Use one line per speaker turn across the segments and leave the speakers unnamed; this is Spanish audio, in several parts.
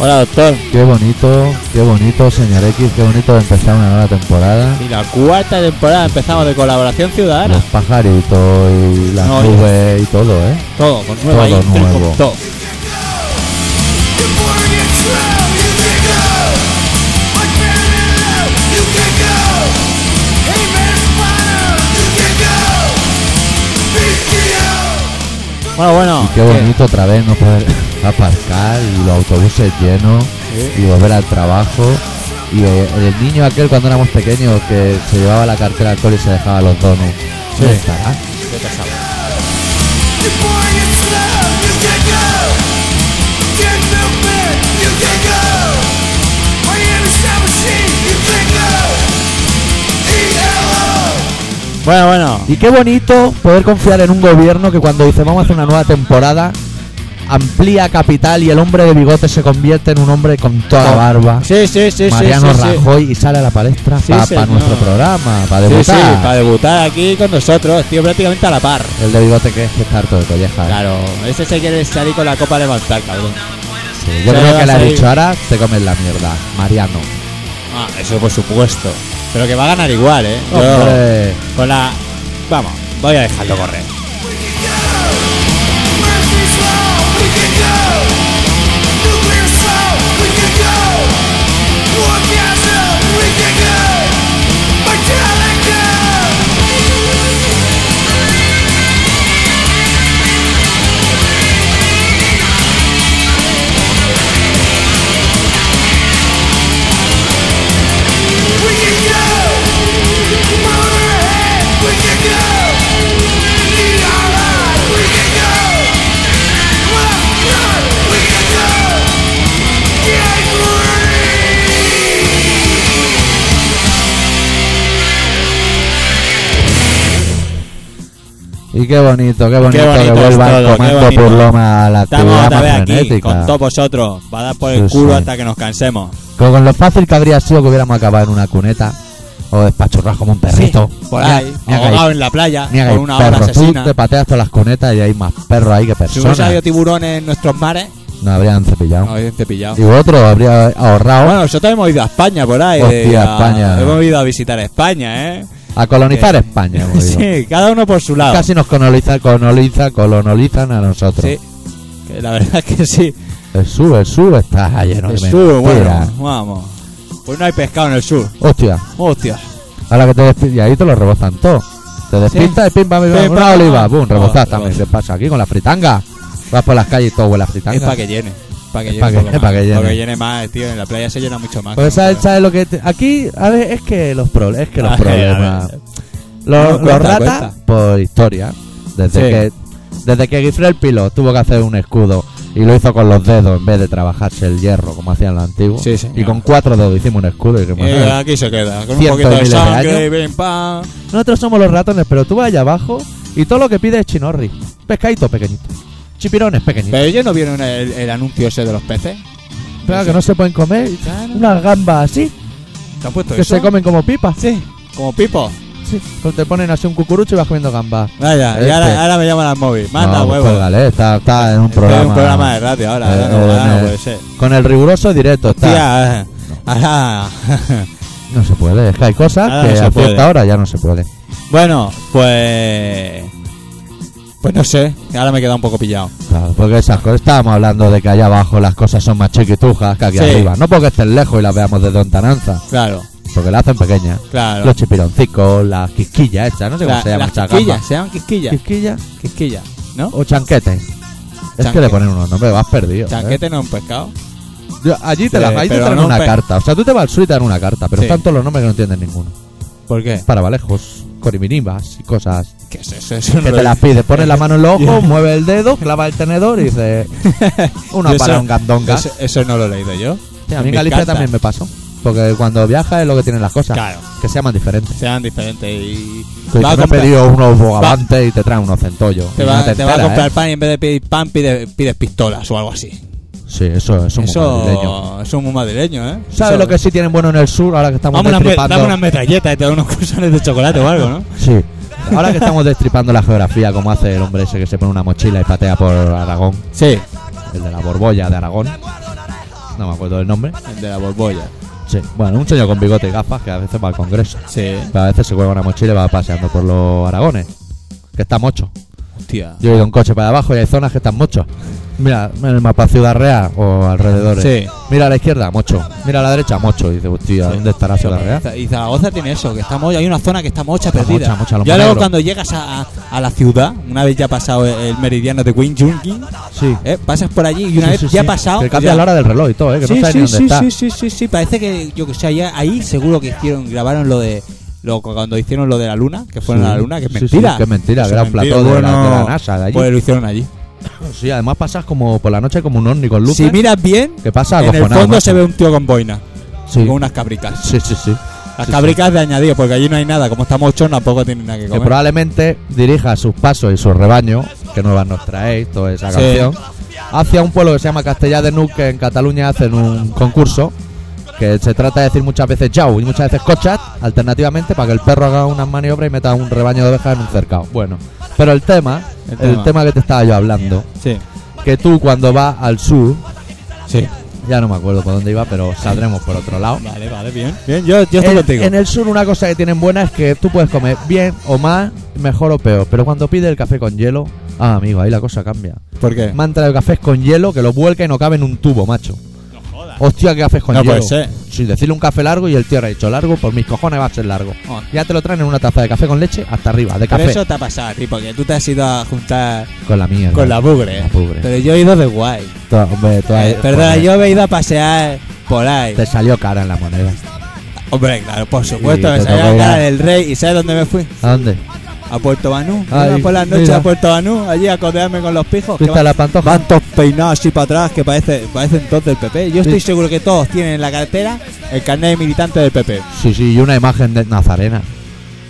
Hola, doctor.
Qué bonito, qué bonito, señor X, qué bonito empezar una nueva temporada.
Y la cuarta temporada empezamos de colaboración ciudadana.
Los pajaritos y las
No,
nubes y todo, ¿eh?
Todo, con nueva
Todo
intro y con
nuevo.
todo. Bueno, bueno.
Qué bonito otra vez no poder aparcar y los autobuses llenos y volver al trabajo. Y eh, el niño aquel cuando éramos pequeños que se llevaba la cartera al cole y se dejaba los donuts.
Sí.
¿Dónde estará?
Vete a saber. Eh, Bueno, bueno.
Y qué bonito poder confiar en un gobierno que cuando dice vamos a hacer una nueva temporada amplía capital y el hombre de bigote se convierte en un hombre con toda la barba.
Sí, sí, sí, sí,
Mariano
sí, sí.
Rajoy y sale a la palestra
Sí,
para
señor.
nuestro programa, para
Sí, sí,
debutar.
para debutar aquí con nosotros, tío, prácticamente a la par.
El de bigote que es que está harto de collejas.
Claro, ese se quiere salir con la copa a levantar, cabrón.
Sí, este. Yo
Se
creo
va
que le
a
ha
salir.
dicho ahora te comes la mierda, Mariano.
Ah, eso por supuesto. Pero que va a ganar igual, ¿eh? Yo-
Hombre,
con la... Vamos, voy a dejarlo correr.
y qué bonito, qué bonito, que
bonito es
vuelva el
todo, qué
comando
bonito.
por Loma a la
Estamos
actividad
otra vez aquí,
magnética.
con todos vosotros. Va a dar por el
Sí,
culo
sí.
hasta que nos cansemos.
Con, con lo fácil que habría sido que hubiéramos acabado en una cuneta o despachurrados como un perrito.
Sí, por
Ni ha-
ahí,
ni hagáis-
ahogado en la playa,
ni hagáis
con una ola
perros. Tú
asesina.
te pateas todas las cunetas y hay más perros ahí que
Si hubiese habido
personas.
tiburones en nuestros mares,
No habrían cepillado.
nos hubiesen cepillado.
Y otro habría ahorrado
Bueno, nosotros hemos ido a España por ahí.
Hostia,
de- a-
España.
Hemos ido a visitar España, ¿eh?
a colonizar
Eh,
España. hemos ido.
sí, cada uno por su lado.
Casi nos coloniza, coloniza, colonizan a nosotros.
Sí. Que la verdad es que sí.
El sur, el sur está lleno
el
de
sur,
mentiras.
bueno, vamos. Pues no hay pescado en el sur.
Hostia,
Hostia.
ahora que te despistas, y ahí te lo rebozan todo. Te despistas y pim, pam, pim, pam,
Pim,
una
pam,
oliva,
pam. Ah,
boom,
No,
rebozas
rebozo.
también. ¿Qué pasa aquí con la fritanga? Vas por las calles y todo huele a fritanga.
Es para que llene. Para que
Es
llene.
pa' que-
un poco
es pa'
más.
que llene.
Porque llene más, tío. En la playa se llena mucho más.
Pues
¿no? Eh,
¿sabes, sabes lo que te- aquí a ver, es que los problemas, es que
A ver,
los
a
problemas.
ver.
Los,
No, cuenta,
los ratas
cuenta.
por historia. Desde
Sí.
que desde que Gifre el Pilo tuvo que hacer un escudo y lo hizo con los dedos en vez de trabajarse el hierro como hacían los antiguos.
Sí, señor.
y con cuatro dedos hicimos un escudo y dijimos,
Y
"Eh,
aquí se queda. Con un
Cientos
poquito
de
de
miles de
sangre,
años.
bim, pam.
Nosotros somos los ratones, pero tú vas allá abajo y todo lo que pide es chinorri. Pescadito pequeñito. Chipirones pequeñitos.
Pero ellos no vieron el, el anuncio ese de los peces.
Pero que no se pueden comer.
Claro.
Unas gambas así,
¿Te han puesto
que
eso?
se comen como pipas.
Sí, como pipo.
Sí. Te ponen así un cucurucho y vas comiendo gambas.
Vaya, y
Este.
ahora, ahora me llaman al móvil. Manda
no, pues
huevo.
cuélgale, está, está en un
Este
programa.
es un programa de radio ahora.
Eh,
ahora no,
eh,
ahora no
eh.
puede ser.
Con el riguroso directo está.
Tía, eh, ahora-
No se puede, es que hay cosas
Ahora
que
no se
a
puede.
cierta hora ya no se puede.
Bueno, pues. Pues no sé. Ahora me he quedado un poco pillado.
Claro, porque esas cosas, estábamos hablando de que allá abajo las cosas son más chiquitujas que aquí
Sí.
arriba. No porque estén lejos y las veamos desde lontananza,
Claro,
porque las hacen pequeñas.
claro.
Los chipironcicos, las quisquillas estas, no sé cómo
La-
se llaman
las
esas
quisquillas,
gambas.
se llaman quisquillas.
¿Quisquillas?
Quisquillas, ¿no?
O chanquetes. Es
Chanque-
que le ponen unos nombres, vas perdido. ¿eh?
Chanquete no es un pescado.
Yo- allí te
Sí,
las ahí te
pero
dan
no
una
pe-
carta. O sea, tú te vas al sur y te dan una carta, pero
Sí.
están todos los nombres que no entienden ninguno.
¿Por qué?
Parabalejos, coriminimas y cosas
¿Qué es eso? Eso no
que
lo
te las pide, pone la mano en los
Yo-
ojos, mueve el dedo, clava el tenedor y dice una
Yo
para
eso-
un gandonga.
Eso, eso no lo he leído yo.
Hostia, a mí en
me
Galicia
encanta.
también me pasó. Porque cuando viajas es lo que tienen las cosas,
Claro.
que se llaman diferentes.
Sean diferentes y.
Te
Va a
me he
comprar-
pedido unos bogavantes y te traen unos centollos.
Te
Y
va,
no te
te va a
enteras,
comprar
¿eh?
pan y en vez de pedir pan pide- pides pistolas o algo así.
¿eh? Sí, eso, eso es muy madrileño.
Eso, eso es muy madrileño, ¿eh?
¿Sabes
Eso-
lo que sí tienen bueno en el sur ahora que estamos
Dame unas me-
destripando?
dame unas metralletas y te doy unos cruzones de chocolate o algo, ¿no?
Sí. Ahora que estamos destripando la geografía, como hace el hombre ese que se pone una mochila y patea por Aragón,
Sí.
el de la borbolla de Aragón. no me acuerdo del nombre.
El de la borbolla.
Sí. Bueno, un señor con bigote y gafas que a veces va al Congreso.
Sí.
Pero a veces se cuelga una mochila y va paseando por los Aragones. Que está mocho.
Hostia.
Yo he ido en coche para abajo y hay zonas que están mochos. Mira, en el mapa Ciudad Real o alrededores.
Sí.
Mira a la izquierda, mocho. Mira a la dereza, mocho. Y dice, hostia, ¿dónde estará Ciudad Real?
Za- Y Zaragoza tiene eso, que está mocha, hay una zona que está mocha
Está
perdida.
mocha, mocha, lo
ya
más
luego
negro.
cuando llegas a, a- a la ciudad, una vez ya pasado el, el meridiano de Queen
Sí.
eh, pasas por allí y una
Sí,
vez
sí,
ya
sí.
pasado.
Que cambia
ya-
la hora del reloj y todo, ¿eh? Que
sí,
no sabes
sí,
ni
sí,
dónde está.
sí, sí, sí, sí, parece que yo que sé, allá- ahí seguro que hicieron, grabaron lo de lo cuando hicieron lo de la luna, que fueron
Sí.
a la luna, que es
Sí, sí,
mentira.
que es mentira,
Eso
que era
es
un plató
mentira.
de la-
Bueno,
de la NASA de allí.
Pues lo hicieron allí.
Sí, además pasas como por la noche como un ovni con luces.
Si miras bien,
que pasa
en el
acojonado,
fondo
macho.
se ve un tío con boina,
Sí.
con unas cabricas.
sí, sí, sí.
Las
Sí,
cabricas de añadido, porque allí no hay nada. Como estamos ocho, tampoco tienen nada que
Que
comer.
probablemente dirija sus pasos y su rebaño, que nuevas nos traéis, toda esa
Sí.
canción, hacia un pueblo que se llama Castellá de Nuc, que en Cataluña hacen un concurso que se trata de decir muchas veces chau y muchas veces cochat, alternativamente para que el perro haga unas maniobras y meta un rebaño de ovejas en un cercado. Bueno, pero el tema,
El
el,
tema.
tema que te estaba yo hablando,
Sí,
que tú cuando vas al sur,
sí.
ya no me acuerdo por dónde iba, pero saldremos por otro lado.
Vale, vale, bien. Bien, yo, yo estoy
En,
contigo.
en el sur una cosa que tienen buena es que tú puedes comer bien o más, mejor o peor, pero cuando pides el café con hielo, ah amigo, ahí la cosa cambia.
¿Por qué?
Me han traído cafés con hielo que lo vuelca y no cabe en un tubo, macho. Hostia, que cafés con
No
hielo.
puede ser.
Sin decirle un café largo y el tío ha dicho largo, por mis cojones va a ser largo.
Ah.
Ya te lo traen en una taza de café con leche hasta arriba, de
Pero
café.
eso te ha pasado a ti, porque tú te has ido a juntar
Con la mía.
con la bugre.
La bugre.
Pero yo he ido de guay.
hombre, tú ahí-
Eh, perdona,
joder,
yo he ido a pasear por ahí.
pues, Te salió cara en la moneda.
Hombre, claro, por supuesto,
Y
me
te
salía
tocó
la
ir a-
cara del rey. ¿Y sabes dónde me fui?
¿A dónde?
A Puerto Banú.
Ay,
Iba por las noches
mira.
a Puerto Banú, allí a codearme con los pijos. que
¿Fuiste a la pantoja?
Oh, Van todos peinados así para atrás que parece, parecen todos del PP. Yo estoy
Sí.
seguro que todos tienen en la cartera el carnet de militante del PP.
Sí, sí, y una imagen de Nazarena.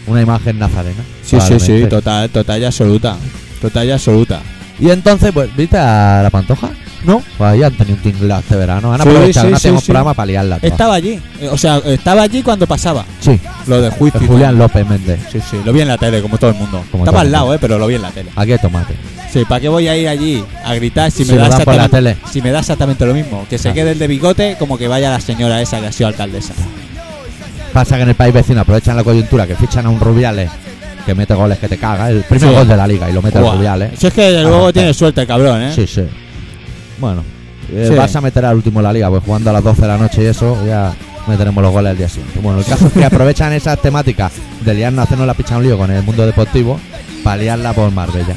Una imagen nazarena.
Sí, sí, sí,
Totalmente.
total, total y absoluta. Total y absoluta.
Y entonces, pues, ¿viste a la pantoja?
No.
Pues ahí han tenido un tinglado este verano. Han
Sí,
aprovechado,
sí,
no
sí,
tenemos
sí.
programa para liarla. toda.
Estaba allí, eh, o sea, estaba allí cuando pasaba
Sí,
lo del juicio.
el Julián López Méndez.
Sí, sí, lo vi en la tele, como todo el mundo. Estaba
Como todo el
al
mundo.
lado, eh, pero lo vi en la tele.
Aquí hay tomate.
Sí, ¿para qué voy a ir allí a gritar si
Si
me,
lo
da
dan por la
exactamente,
tele. Ah.
si me da exactamente lo mismo? Que se
Claro.
quede el de bigote como que vaya la señora esa que ha sido alcaldesa.
Pasa que en el país vecino aprovechan la coyuntura que fichan a un Rubiales que mete goles que te caga. El primer
Sí.
gol de la liga y lo mete
Buah.
el Rubiales.
Si es que luego
Arranca.
tiene suerte el cabrón, ¿eh?
eh. Ah, Sí, sí. Bueno, eh,
Sí.
vas a meter al último en la liga, pues jugando a las 12 de la noche y eso, ya meteremos los goles al día siguiente. Bueno, el caso es que aprovechan esas temáticas de liarnos, hacernos la picha un lío con el mundo deportivo, para liarla por Marbella.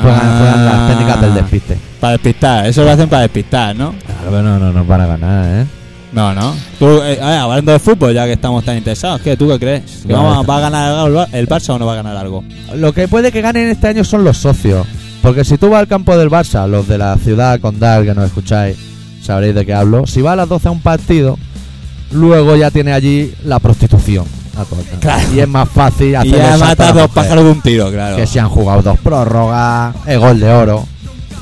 Juegan, juegan
Ah.
las técnicas del despiste.
Para despistar, eso lo hacen para despistar, ¿no?
Claro, pero no, no nos van a ganar, ¿eh?
No, no. Tú, eh, a ver, hablando de fútbol, ya que estamos tan interesados, ¿qué, ¿tú qué crees? ¿Que
Vale.
vamos a- ¿Va a ganar algo el Bar- el Barça o no va a ganar algo?
Lo que puede que ganen este año son los socios. Porque si tú vas al campo del Barça, los de la ciudad condal que nos escucháis, sabréis de qué hablo. Si vas a las 12 a un partido, luego ya tiene allí la prostitución. a tope.
Claro.
Y es más fácil
Y
hacer
ya
el salto a
matas
la
dos
mujer.
pájaros de un tiro, claro.
Que se han jugado dos prórrogas, el gol de oro.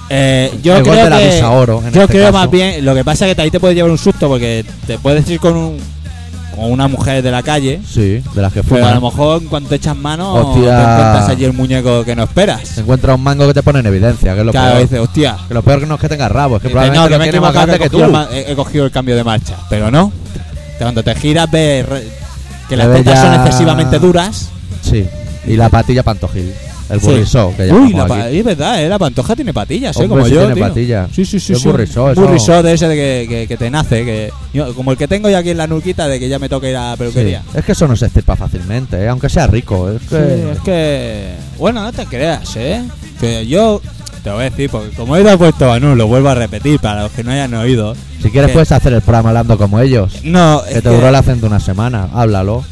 Eh, yo
el gol
creo
de la
que-
Visa Oro, en
yo
este
creo
caso.
más bien, lo que pasa es que ahí te puede llevar un susto porque te puedes ir con, un, con una mujer de la calle,
Sí, de las que
pero a
fuman.
lo mejor en cuanto echas mano
Hostia.
te encuentras allí el muñeco que no esperas.
Encuentra un mango que te pone en evidencia, que es lo
Claro,
peor.
dices, hostia.
Que lo peor que no es que tenga rabo, es que
Dices,
probablemente
no, que
lo
me he
tiene más
equivocado,
grande
que
que
he
tú.
cogido el ma- he, he cogido el cambio de marcha, pero no. Cuando te giras ves re- que las
Te ves
tetas son
ya-
excesivamente duras.
Sí, y la patilla pantojil. El
Sí.
burrisó, que llamamos
Uy, la pa-
aquí.
es verdad, eh, la pantoja tiene patillas, eh,
Hombre,
como
sí
yo.
tiene
tío.
patillas.
Sí, sí, sí.
Es
sí,
burrisó,
un
eso.
burrisó de ese de que, que- que te nace. que yo- Como el que tengo yo aquí en la nuquita de que ya me toca ir a la peluquería.
Sí, Es que eso no se estirpa fácilmente, eh, aunque sea rico. Es
Sí,
que...
es que. Bueno, no te creas, ¿eh? Que yo. Te voy a decir, porque como he ido a Puerto Banús, lo vuelvo a repetir para los que no hayan oído.
Si quieres
que-
puedes hacer el programa hablando como ellos.
No,
Que
es
te duró el acento una semana, háblalo.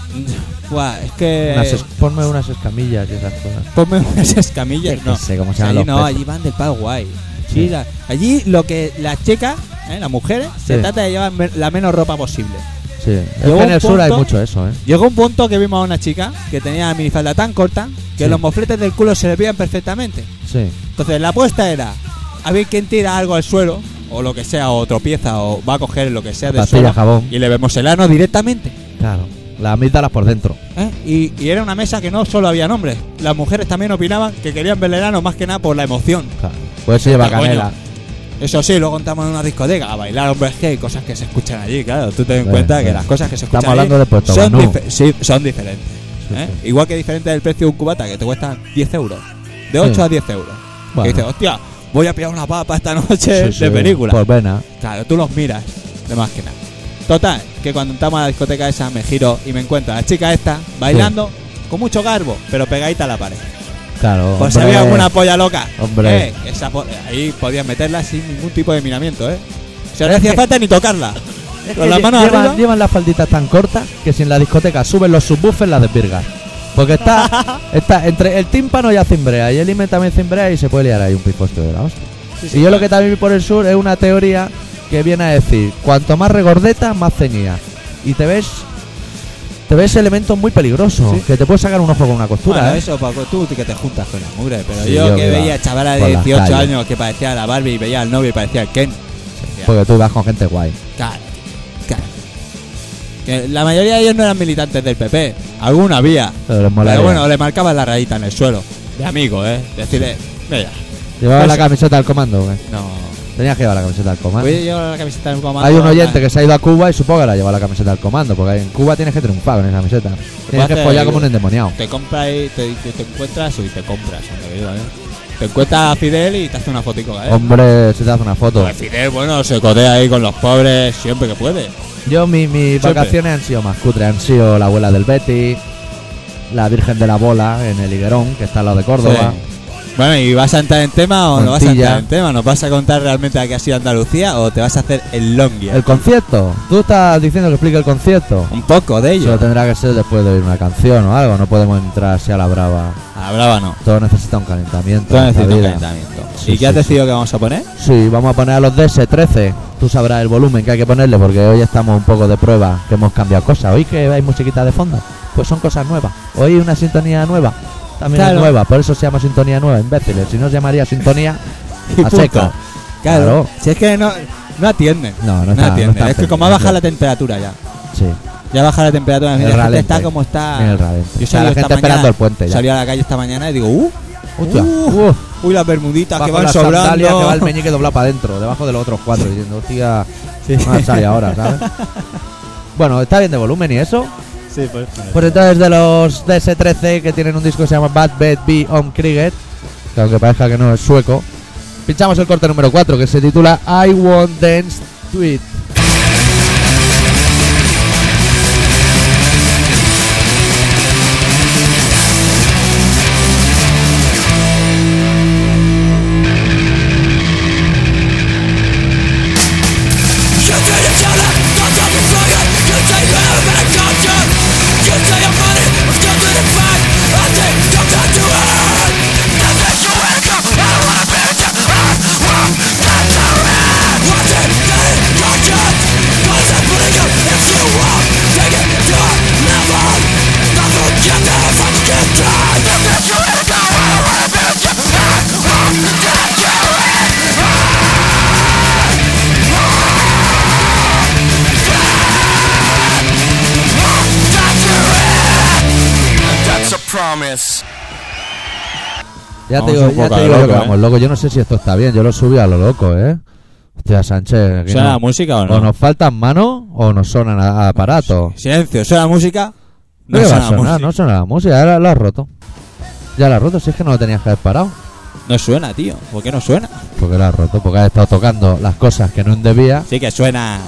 Buah, es que.
Unas es- Ponme unas escamillas y esas cosas.
Ponme unas escamillas.
Yo qué
No,
sé cómo se
Si
llaman
allí
los
no,
peces.
allí van del pal guay.
Sí.
Sí, la- allí lo que las chicas, ¿eh? las mujeres, se
Sí.
trata de llevar me- la menos ropa posible.
Sí. Es
Llegó
que en
un
el sur hay
punto-
mucho eso, ¿eh?
Llegó un punto que vimos a una chica que tenía la minifalda tan corta que
Sí.
los mofletes del culo se le veían perfectamente.
Sí.
Entonces la apuesta era a ver quién tira algo al suelo o lo que sea o tropieza o va a coger lo que sea del
Pastilla,
suelo
jabón.
y le vemos el ano directamente.
Claro. Las mítalas por dentro.
¿eh? Y, y era una mesa que no solo había nombres. Las mujeres también opinaban que querían ver el ano más que nada por la emoción.
Claro. Pues se lleva
Coño.
canela.
Eso sí, luego entramos en una discoteca a bailar, hombre, es que hay cosas que se escuchan allí, claro. Tú ten en
Sí,
cuenta
sí.
que las cosas que se
Estamos
escuchan
hablando
allí
de Puerto
son,
Banú.
dife- sí, son diferentes.
Sí,
¿eh? Igual que diferente del precio de un cubata, que te cuesta 10 euros. De
Sí.
8 a 10 euros.
Bueno.
Que dices, hostia, voy a pillar una papa esta noche
Sí,
de
sí,
película.
Pues vena.
Claro, tú los miras, de más que nada. Total, que cuando entramos a la discoteca esa me giro y me encuentro a la chica esta bailando con mucho garbo, pero pegadita a la pared.
Claro.
Por si Pues
hombre,
había alguna polla loca.
Hombre.
Eh, esa po- ahí podías meterla sin ningún tipo de miramiento, ¿eh? O sea, no hacía falta ni tocarla.
Es que
Con las
lle-
manos
eh, llevan,
arriba.
llevan las falditas tan cortas que si en la discoteca suben los subwoofers las desvirgan. Porque está, está entre el tímpano ya cimbrea y el IME también cimbrea y se puede liar ahí un piposte de la hostia.
Sí, sí,
Y yo lo
claro.
que también vi por el sur es una teoría que viene a decir, cuanto más regordeta, más ceñida. Y te ves te ves elementos muy peligrosos,
Sí.
que te puedes sacar un ojo con una costura,
Bueno,
¿eh?
eso, Paco, tú que te juntas con la mugre. Pero
Sí,
yo,
yo
que
iba
veía chavala
por
de
las
18
calles.
años que parecía la Barbie y veía al novio y parecía el Ken. Decía,
Porque tú vas con gente guay.
Claro, claro. Que la mayoría de ellos no eran militantes del PP. Alguna había.
Pero les molaría.
Pero bueno, le marcaban la rayita en el suelo. De amigo, ¿eh? Decirle, mira,
Llevabas la
pues-
camiseta del comando, güey.
no.
Tenías que llevar la camiseta del comando.
Voy a llevar la camiseta en
Hay un oyente que se ha ido a Cuba y supongo que la lleva la camiseta del comando, porque en Cuba tienes que triunfar con esa camiseta. Tienes que
hace-
follar como un endemoniado.
Te compra y te, te- te encuentras y te compras. anda, que digo, ¿eh? Te encuentras a Fidel y te hace una fotico, ¿eh?
Hombre, se te hace una foto.
Pues Fidel, bueno, se codea ahí con los pobres siempre que puede.
Yo, mi- mis
Siempre.
vacaciones han sido más cutres. Han sido la abuela del Betty, la Virgen de la Bola en el Higuerón, que está al lado de Córdoba.
Sí. Bueno, ¿y vas a entrar en tema o no vas a
Montilla.
entrar en tema? ¿Nos vas a contar realmente a qué ha sido Andalucía o te vas a hacer el longia?
El concierto. Tú estás diciendo que explique el concierto.
Un poco de
Eso
ello.
tendrá que ser después de oír una canción o algo. No podemos entrar así a la brava.
Ah, brava no.
Todo necesita un calentamiento.
Todo
en esta
necesita un
vida.
calentamiento.
Sí,
¿Y
sí,
qué has
sí.
decidido que vamos a poner?
Sí, vamos a poner a los DS13. Tú sabrás el volumen que hay que ponerle porque hoy estamos un poco de prueba, que hemos cambiado cosas. Hoy que hay musiquita de fondo, pues son cosas nuevas. Hoy una sintonía nueva, también
Claro.
es nueva, por eso se llama sintonía nueva, imbéciles. Si no se llamaría sintonía
Y
a
punto.
seca. Claro.
Si es que no, no atienden.
No, no
No,
está. no
atienden.
está
es que como ha
atendiendo.
bajado la temperatura ya.
Sí,
Ya baja la temperatura.
El
Mira, la gente
ralente.
está como está.
en el radio.
Yo
Está la
salí esta
gente esperando
mañana-
el puente ya.
Salí a la calle esta mañana y digo, uh,
Hostia.
uh,
Uh,
uy, las bermuditas que
bajo
van
la sandalia que va el
sobrando.
meñique doblado para adentro, debajo de los otros cuatro, diciendo, hostia,
Sí.
no Ah, sale ahora, ¿sabes? Bueno, está bien de volumen y eso.
Sí, pues.
Pues entonces de los DS13 que tienen un disco que se llama Bad Bad Be on Cricket, que aunque parezca que no es sueco, pinchamos el corte número 4 que se titula I Won't Dance to It.
You take your talent, don't stop the fire You take your love and conscience You take your money, it's come to the fact I think come down to it I think you wake up, I don't wanna be with you I want that to end Watch it, get it, watch it What is it putting up if you want Take it to a level Don't forget that if I can die I think you wake up, I don't wanna be with you I want that to end That's That's a promise.
Ya
Vamos
te digo,
un
ya
poco
te
de
digo yo
loco,
que
¿eh?
vamos, loco, yo no sé si esto está bien, yo lo subí a lo loco, ¿eh? Hostia, Sánchez, aquí
¿Suena
no-
la música o no?
o nos faltan manos o nos sonan a, a aparatos.
Silencio, ¿suena la música? No
No, le va a
suena la
sonar,
música.
no suena la música, ya la, la has roto. Ya la has roto, si es que no lo tenías que haber parado.
No suena, tío. ¿Por qué no suena?
Porque la has roto, porque has estado tocando las cosas que no debías.
Sí que suena.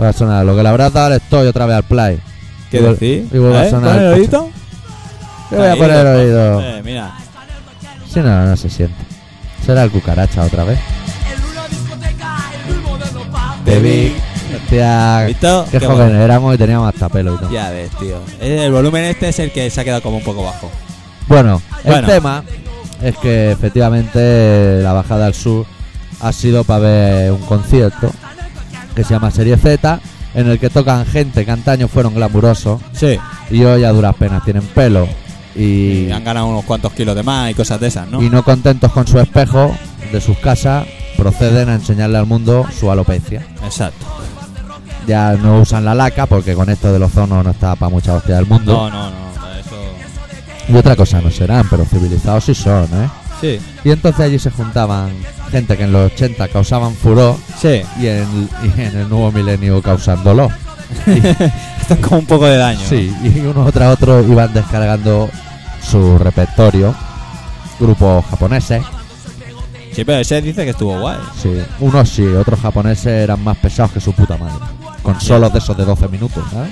Va a sonar, lo que le habrás dado al estoy otra vez al play.
¿Qué
Y vuel-
decir?
y vuelve
A
a
ver,
sonar
pon el
el coche.
oído.
Yo voy a
Ahí,
poner el
lo-
oído.
Eh, mira.
Si no, no se siente. Será el cucaracha otra vez.
En una discoteca, en un moderno pub.
Te vi.
Hostia,
¿Visto?
qué,
Qué
joven
bueno.
éramos y teníamos hasta pelo y todo.
Ya ves, tío. El volumen este es el que se ha quedado como un poco bajo.
Bueno, el
Bueno.
tema es que efectivamente la bajada al sur ha sido para ver un concierto que se llama Serie Z, en el que tocan gente que antaño fueron glamurosos
Sí.
y hoy a duras penas tienen pelo. Y,
Y han ganado unos cuantos kilos de más y cosas de esas, ¿no?
y no contentos con su espejo de sus casas, proceden a enseñarle al mundo su alopecia.
Exacto.
Ya no usan la laca porque con esto del ozono no está para mucha hostia del mundo.
No, no, no. Eso.
Y otra cosa no serán, pero civilizados sí son, ¿eh?
Sí.
Y entonces allí se juntaban gente que en los 80 causaban furor
Sí.
y en, y en el nuevo milenio causan dolor.
Esto es como un poco de daño. ¿no?
Sí, y uno tras otro iban descargando su repertorio. Grupos japoneses,
Sí, pero ese dice que estuvo guay.
sí. Unos sí, otros japoneses eran más pesados que su puta madre. Con solos de esos de 12 minutos, ¿eh? ¿sabes?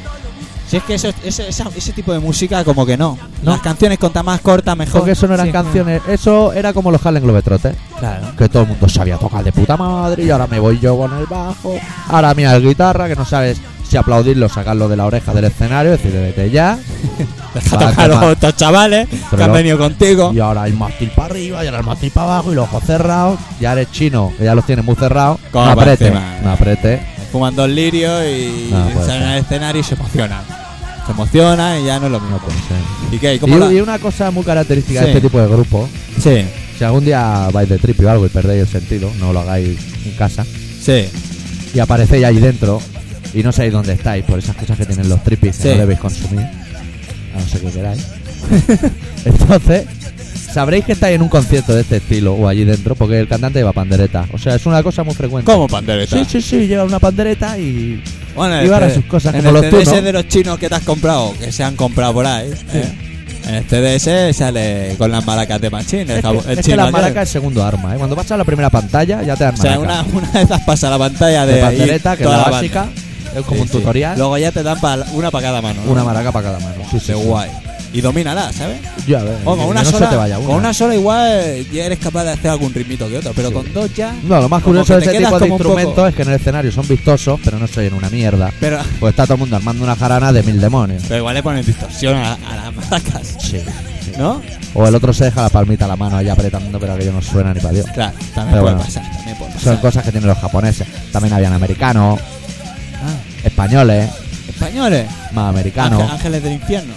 Si es que eso, ese, esa- ese tipo de música como que no.
No.
Las canciones conta más cortas mejor.
Porque eso no eran
Sí.
canciones, eso era como los Harlem Globetrotters. ¿eh?
Claro.
Que todo el mundo sabía tocar de puta madre y ahora me voy yo con el bajo. Ahora mira la guitarra, que no sabes si aplaudirlo, sacarlo de la oreja del escenario, decirle vete ya.
Deja
Va,
tocar
toma.
a estos chavales que han
no.
venido contigo.
Y ahora el mástil para arriba, y ahora el mástil para abajo, y los ojos cerrados. Ya eres chino, que ya los tienes muy cerrados.
Como
No
para
apriete,
encima.
no apriete.
Fuman dos lirios y
No, Ah, puede
salen
ser.
al escenario y se emocionan. Se emocionan y ya no es lo mismo.
No puede ser.
¿Y qué? ¿Y
Y,
cómo la-
y una cosa muy característica
Sí.
de este tipo de grupo,
Sí,
si algún día vais de tripio o algo y perdéis el sentido, no lo hagáis en casa,
sí.
y aparecéis ahí dentro y no sabéis dónde estáis por esas cosas que tienen los tripis
Sí.
que no debéis consumir, a no ser que queráis. Entonces, sabréis que estáis en un concierto de este estilo o allí dentro porque el cantante lleva pandereta. O sea, es una cosa muy frecuente.
¿Cómo pandereta?
Sí, sí, sí, lleva una pandereta y.
Bueno,
Y
en
barra
este-
sus cosas,
en
como
el
los
TDS
tú, ¿no?
de los chinos que te has comprado, que se han comprado por ahí. ¿eh? En el TDS sale con las maracas de machín. El,
es
jabo-
que,
el
es que
chino
la
aquel.
maraca es segundo arma, ¿eh? Cuando pasas la primera pantalla ya te dan
O sea, una,
maraca.
una de esas pasa la pantalla de,
de
ahí,
pandereta, que es
toda
la
banda.
básica, es como
Sí,
un
sí.
tutorial.
Luego ya te dan pa- una para cada mano. ¿no?
Una maraca para cada mano. Sí, sí,
Qué
sí.
guay. Y domínala, ¿sabes?
Ya ves,
O con
que
una,
no se
sola,
te vaya
con una sola igual ya eres capaz de hacer algún ritmito que otro, pero
Sí.
con dos ya...
No, lo más
Como que
curioso de
te
ese
quedas
tipo de
como un poco-
instrumentos es que en el escenario son vistosos, pero no soy en una mierda.
Pero,
Pues está todo el mundo armando una jarana de mil demonios.
pero igual le ponen distorsión a, a las maracas,
Sí.
¿no?
O el otro se deja la palmita a la mano ahí apretando, pero aquello no suena ni para Dios.
Claro, también
Pero
puede
bueno.
pasar, también puede
Son
pasar.
cosas que tienen los japoneses. También habían americanos,
Ah,
españoles,
españoles.
más
Ángel-
americanos.
Ángeles del Infierno.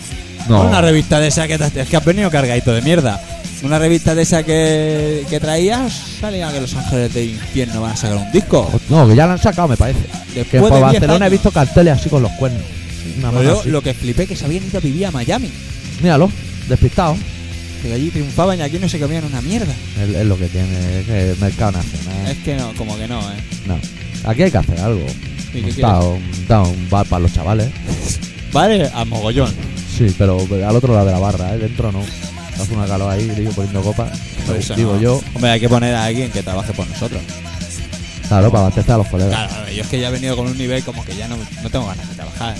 No.
Una revista de esa que, te- es que has venido cargadito de mierda. Una revista de esa que, que traías salía que los Ángeles del Infierno van a sacar un disco.
No, que ya lo han sacado, me parece.
Después
Que
de
por
10
Barcelona he
años.
visto carteles así con los cuernos. Una
Pero
mano
yo
así.
lo que flipé que se habían ido a vivir a Miami.
Míralo, despistado.
Que allí triunfaban y aquí no se comían una mierda.
Es, es lo que tiene, es el mercado nacional.
Es que no, como que no, ¿eh?
No. Aquí hay que hacer algo.
¿Y qué
Montar un- montar un bar para los chavales.
Vale, a mogollón.
Sí, pero al otro lado de la barra, ¿eh? dentro no. Hace una calor ahí, digo, poniendo copa.
Por eso
digo
no.
yo,
Hombre, hay que poner a alguien que trabaje por nosotros.
claro, para abastecer a los colegas.
Claro, a ver, yo es que ya he venido con un nivel como que ya no, no tengo ganas de trabajar.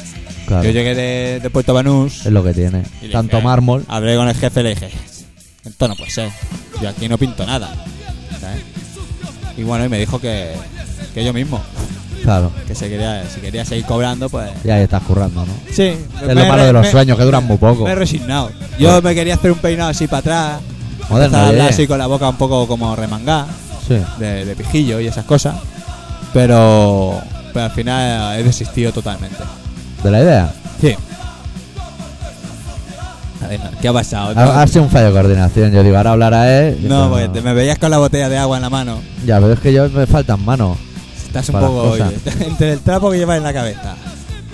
Claro,
Yo llegué de, de Puerto Banús,
es lo que tiene.
Y le
Tanto
dije,
mármol,
hablé con el jefe y le dije, esto no puede ser. Yo aquí no pinto nada. ¿sabes? Y bueno, y me dijo que, que yo mismo,
claro.
que se quería, si quería seguir cobrando, pues...
Y ahí estás currando, ¿no?
Sí,
Es lo malo de los sueños, que duran muy poco.
Me he resignado. Yo me quería hacer un peinado así para atrás.
Moderno,
empezar a hablar
oye.
así con la boca un poco como remangada,
Sí.
de, de pijillo y esas cosas. Pero, pero al final he desistido totalmente.
¿De la idea?
Sí. A ver, ¿qué ha pasado?
Ha, ha sido un fallo de coordinación. Yo digo, ahora hablará él. y
no,
pero
porque te- me veías con la botella de agua en la mano.
Ya, pero es que yo me faltan manos.
Estás un
Para
poco
las
oye, entre el trapo que llevas en la cabeza.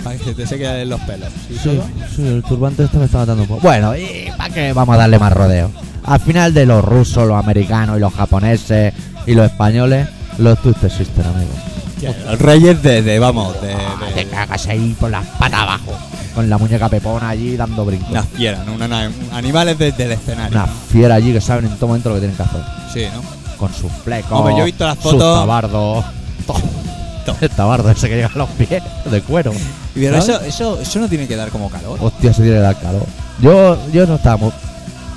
Para que se te sequen los pelos. ¿Y
Sí,
todo?
sí, el turbante este me está matando un poco. Bueno, ¿y para qué vamos a darle más rodeo? Al final de los rusos, los americanos y los japoneses y los españoles, los twisted existen, amigos.
Los reyes de, de- vamos, de,
Ah,
de-
te cagas ahí con las patas abajo. Con la muñeca pepona allí dando brincos.
Una fiera, ¿no? Una nave- animales desde el escenario.
Una fiera allí que saben en todo momento lo que tienen que hacer.
Sí, ¿no?
Con sus flecos.
Hombre, yo he visto las
sus
fotos.
tabardos.
Todo.
El tabardo ese que llega a los pies de cuero.
Y pero
¿Sabes?
eso, eso, eso no tiene que dar como calor.
Hostia, se tiene que dar calor. Yo, yo no estábamos.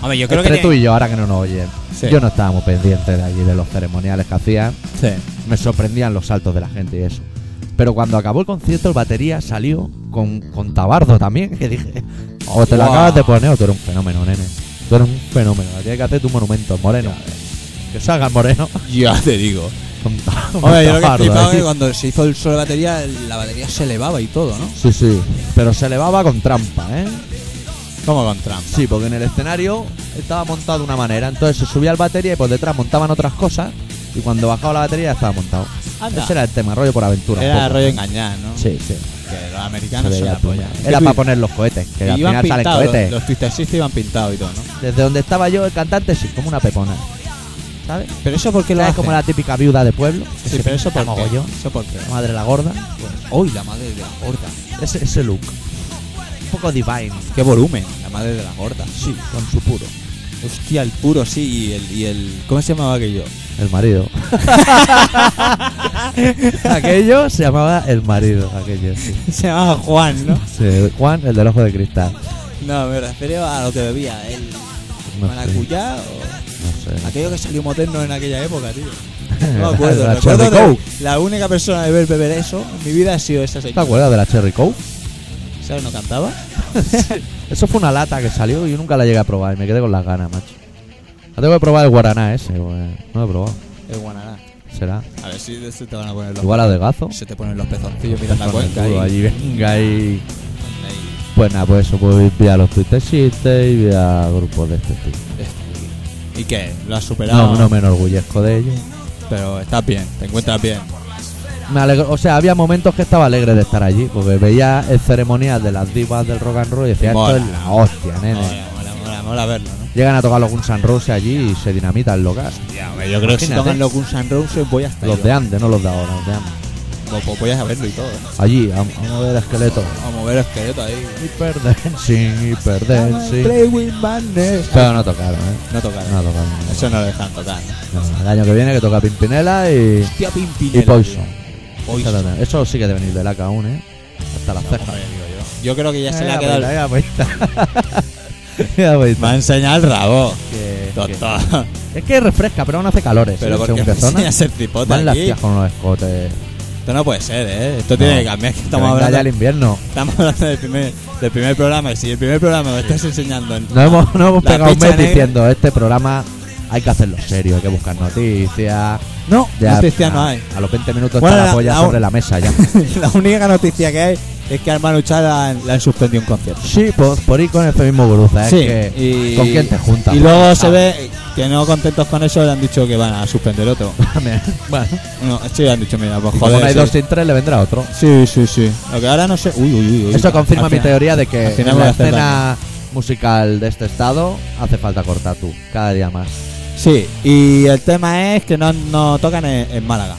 Hombre, yo
Entre tú y yo, ahora que no nos oyen.
Sí.
Yo no estábamos pendientes de allí, de los ceremoniales que hacían.
Sí.
Me sorprendían los saltos de la gente y eso. Pero cuando acabó el concierto, el batería salió con, con tabardo también. Que dije, o te lo
Guau.
acabas de poner o tú eres un fenómeno, nene. Tú eres un fenómeno. Tienes que hacer tu monumento, moreno. Que salga el moreno.
Ya te digo.
Con, ta- con
Hombre, yo lo que he
tabardo ¿eh?
flipado es
ahí.
que cuando se hizo el solo de batería, la batería se elevaba y todo, ¿no?
Sí, sí. Pero se elevaba con trampa, ¿eh?
Como con trampa.
Sí, porque en el escenario estaba montado de una manera. Entonces se subía el batería y por detrás montaban otras cosas. Y cuando bajaba la batería ya estaba montado.
Anda.
Ese era el tema, rollo por aventura. un
Era
poco.
rollo engañar, ¿no?
Sí, sí.
Que los
Se
americanos son
veía
la
el puma.
polla.
Era
Y-
para poner los cohetes, que
y
al
iban
final salen
pintados, Los,
cohetes.
los Twister Sisters iban pintados y todo, ¿no?
Desde donde estaba yo, el cantante sí, como una pepona. ¿sabes?
Pero eso porque lo
¿Sabes?
hace.
Como la típica viuda de pueblo. que
Sí,
se
pero eso
pinta
por qué.
mogollón,
Eso por qué.
La madre la gorda.
Uy, la madre de la gorda.
Ese, ese look. Un poco divine.
Qué volumen, la madre de la gorda. Sí.
Con su puro.
Hostia, el puro sí y el y el ¿cómo se llamaba aquello?
El marido. aquello se llamaba el marido. Aquello, sí.
se llamaba Juan, ¿no?
Sí, Juan, el del ojo de cristal.
No, me refiero a lo que bebía el
No
maracuyá
No sé.
o aquello que salió moderno en aquella época, tío. No me
La
acuerdo.
Cherry
Recuerdo de-
Coke.
la única persona de ver beber eso en mi vida ha sido esa
¿Te
señora.
acuerdas de la Cherry Coke?
¿Sabes? No cantaba.
Eso fue una lata que salió y yo nunca la llegué a probar y me quedé con las ganas, macho. La tengo que probar el guaraná ese, güey. No lo he probado.
El guananá.
Será.
A ver si de este te van a poner los
Igual adelgazo.
Se te ponen los pezoncillos mirando la
Con el
cuenca
culo
ahí.
allí, venga y...
Ahí.
Pues nada, pues eso, pues voy a los Twitter Sisters y voy a grupos de este tipo.
¿Y qué? ¿Lo has superado?
No, no me enorgullezco de ellos.
Pero estás bien, te encuentras bien.
Me alegro, o sea, había momentos que estaba alegre de estar allí, porque veía el ceremonial de las divas del rock and roll y decía,
Mola.
esto es la hostia, nene.
Mola, mola, mola, mola verlo, ¿no?
Llegan a tocar los Guns N' Roses allí y se dinamita el local.
yo creo que si
Imagínate.
tocan los Guns N' Roses voy hasta
Los
yo.
de antes, no los de ahora, los de antes.
Pues- pues voy a saberlo y todo. ¿eh?
Allí, a, a mover esqueleto.
A mover esqueleto ahí.
Hyperdancing, hyperdancing.
Play with madness.
Pero no tocaron, ¿eh?
No tocaron.
No tocaron. no
Eso no lo dejan tocar.
tocaron. No, el año que viene que toca Pimpinela y,
Hostia,
y
Pimpinela.
Poison.
tío. Poison.
Eso también. Eso sí que debe venir de laca aún, ¿eh? Hasta las cejas.
Hombre, digo yo. Yo creo que ya se le ha
Mira, pues,
quedado. el-
mira, mira, mira, mira.
Me ha enseñado el rabo.
pues, Que-
Doctor.
que- Es que refresca, pero no hace calores.
Pero
¿eh?
porque
Según
me
qué zona.
enseña a ser cipote
Van las
aquí.
tías con los escotes.
Esto no puede ser, ¿eh? Esto tiene que cambiar. que Estamos
Que venga ya el
hablando,
invierno.
estamos hablando del, primer, del primer programa. Y si el primer programa me estás enseñando en
No hemos, no hemos
La
pegado un
picha
mes
negra.
diciendo este programa hay que hacerlo serio, hay que buscar noticias.
No,
Ya,
noticia
a,
no hay.
A los 20 minutos
Bueno,
está la,
la-
polla
la-
sobre la mesa ya.
la única noticia que hay es que al Manu Chao la, han- la han suspendido un concierto.
sí, por, por ir con este mismo gruza, es que-
y-
¿Con quién te juntas?
Y luego se
Ah,
ve que no contentos con eso le han dicho que van a suspender otro.
también. bueno,
No, sí, le han dicho, mira, pues joder.
y como no hay
sí.
dos sin tres, le vendrá otro.
Sí, sí, sí. Lo que ahora no sé. Uy, uy, uy. uy.
Eso confirma
Al
mi
final-
teoría de
al
que
final
en
voy a
la
hacer
escena musical de este estado hace falta cortar tú, cada día más.
Sí, y el tema es que no, no tocan en, en Málaga.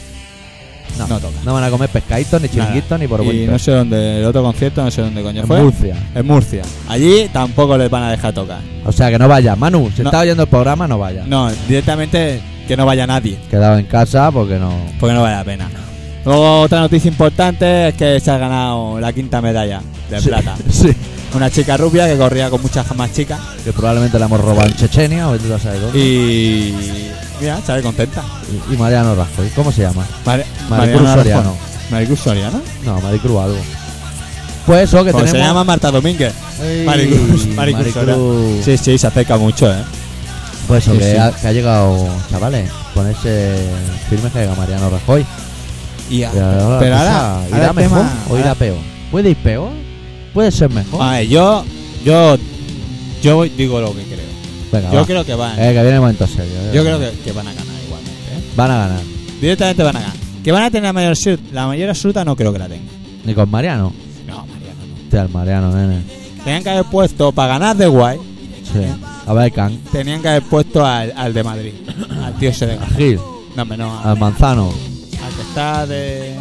No,
No toca.
van a comer pescaditos, ni chiringuitos, ni por
Y no sé dónde, el otro concierto, no sé dónde coño
en
fue.
Murcia.
En Murcia. Allí tampoco les van a dejar tocar.
O sea que no vaya. Manu, si
No.
está oyendo el programa, no vaya.
No, directamente que no vaya nadie.
Quedado en casa porque no.
Porque no vale la pena. Luego otra noticia importante es que se ha ganado la quinta medalla de
Sí,
plata.
Sí.
Una chica rubia que corría con muchas más chicas
Que probablemente la hemos robado en Chechenia o tú a saber dónde.
y mira, sale contenta.
Y, y Mariano Rajoy. ¿Cómo se llama?
Mari-
Maricruz
Mariano
Soriano.
Rajoy. Maricruz Soriano.
No, Maricruz algo. Pues eso que
Como
tenemos.
se llama Marta Domínguez.
Ey,
Maricruz, Maricruz
Maricruz.
Soriano. Sí, sí, se acerca mucho, eh.
Pues eso,
Sí,
que,
sí.
Ha, que ha llegado, chavales, ponerse firmes que llega Mariano Rajoy.
Y a-
Y
Ah.
ahora,
pero
o
ahora,
sea,
ahora Ah,
¿irá
el
mejor
tema-
o irá peor? ¿Puede ir peor? ¿Puede ser mejor?
A ver, yo, yo, yo voy- digo lo que creo.
Venga,
Yo
va.
creo que van.
Eh, que viene el momento serio. eh.
Yo creo que, que van a ganar igualmente. ¿eh?
Van a ganar.
Directamente van a ganar. Que van a tener la mayor absoluta, la mayor absoluta no creo que la tengan.
Ni con Mariano.
No, Mariano, no.
Hostia, el Mariano, nene.
Tenían que haber puesto, para ganar de guay,
Sí. A ver, Can.
tenían que haber puesto al, al de Madrid. Al tío ese de
A Gil.
No, hombre, no, al,
Al Manzano.
al que está de.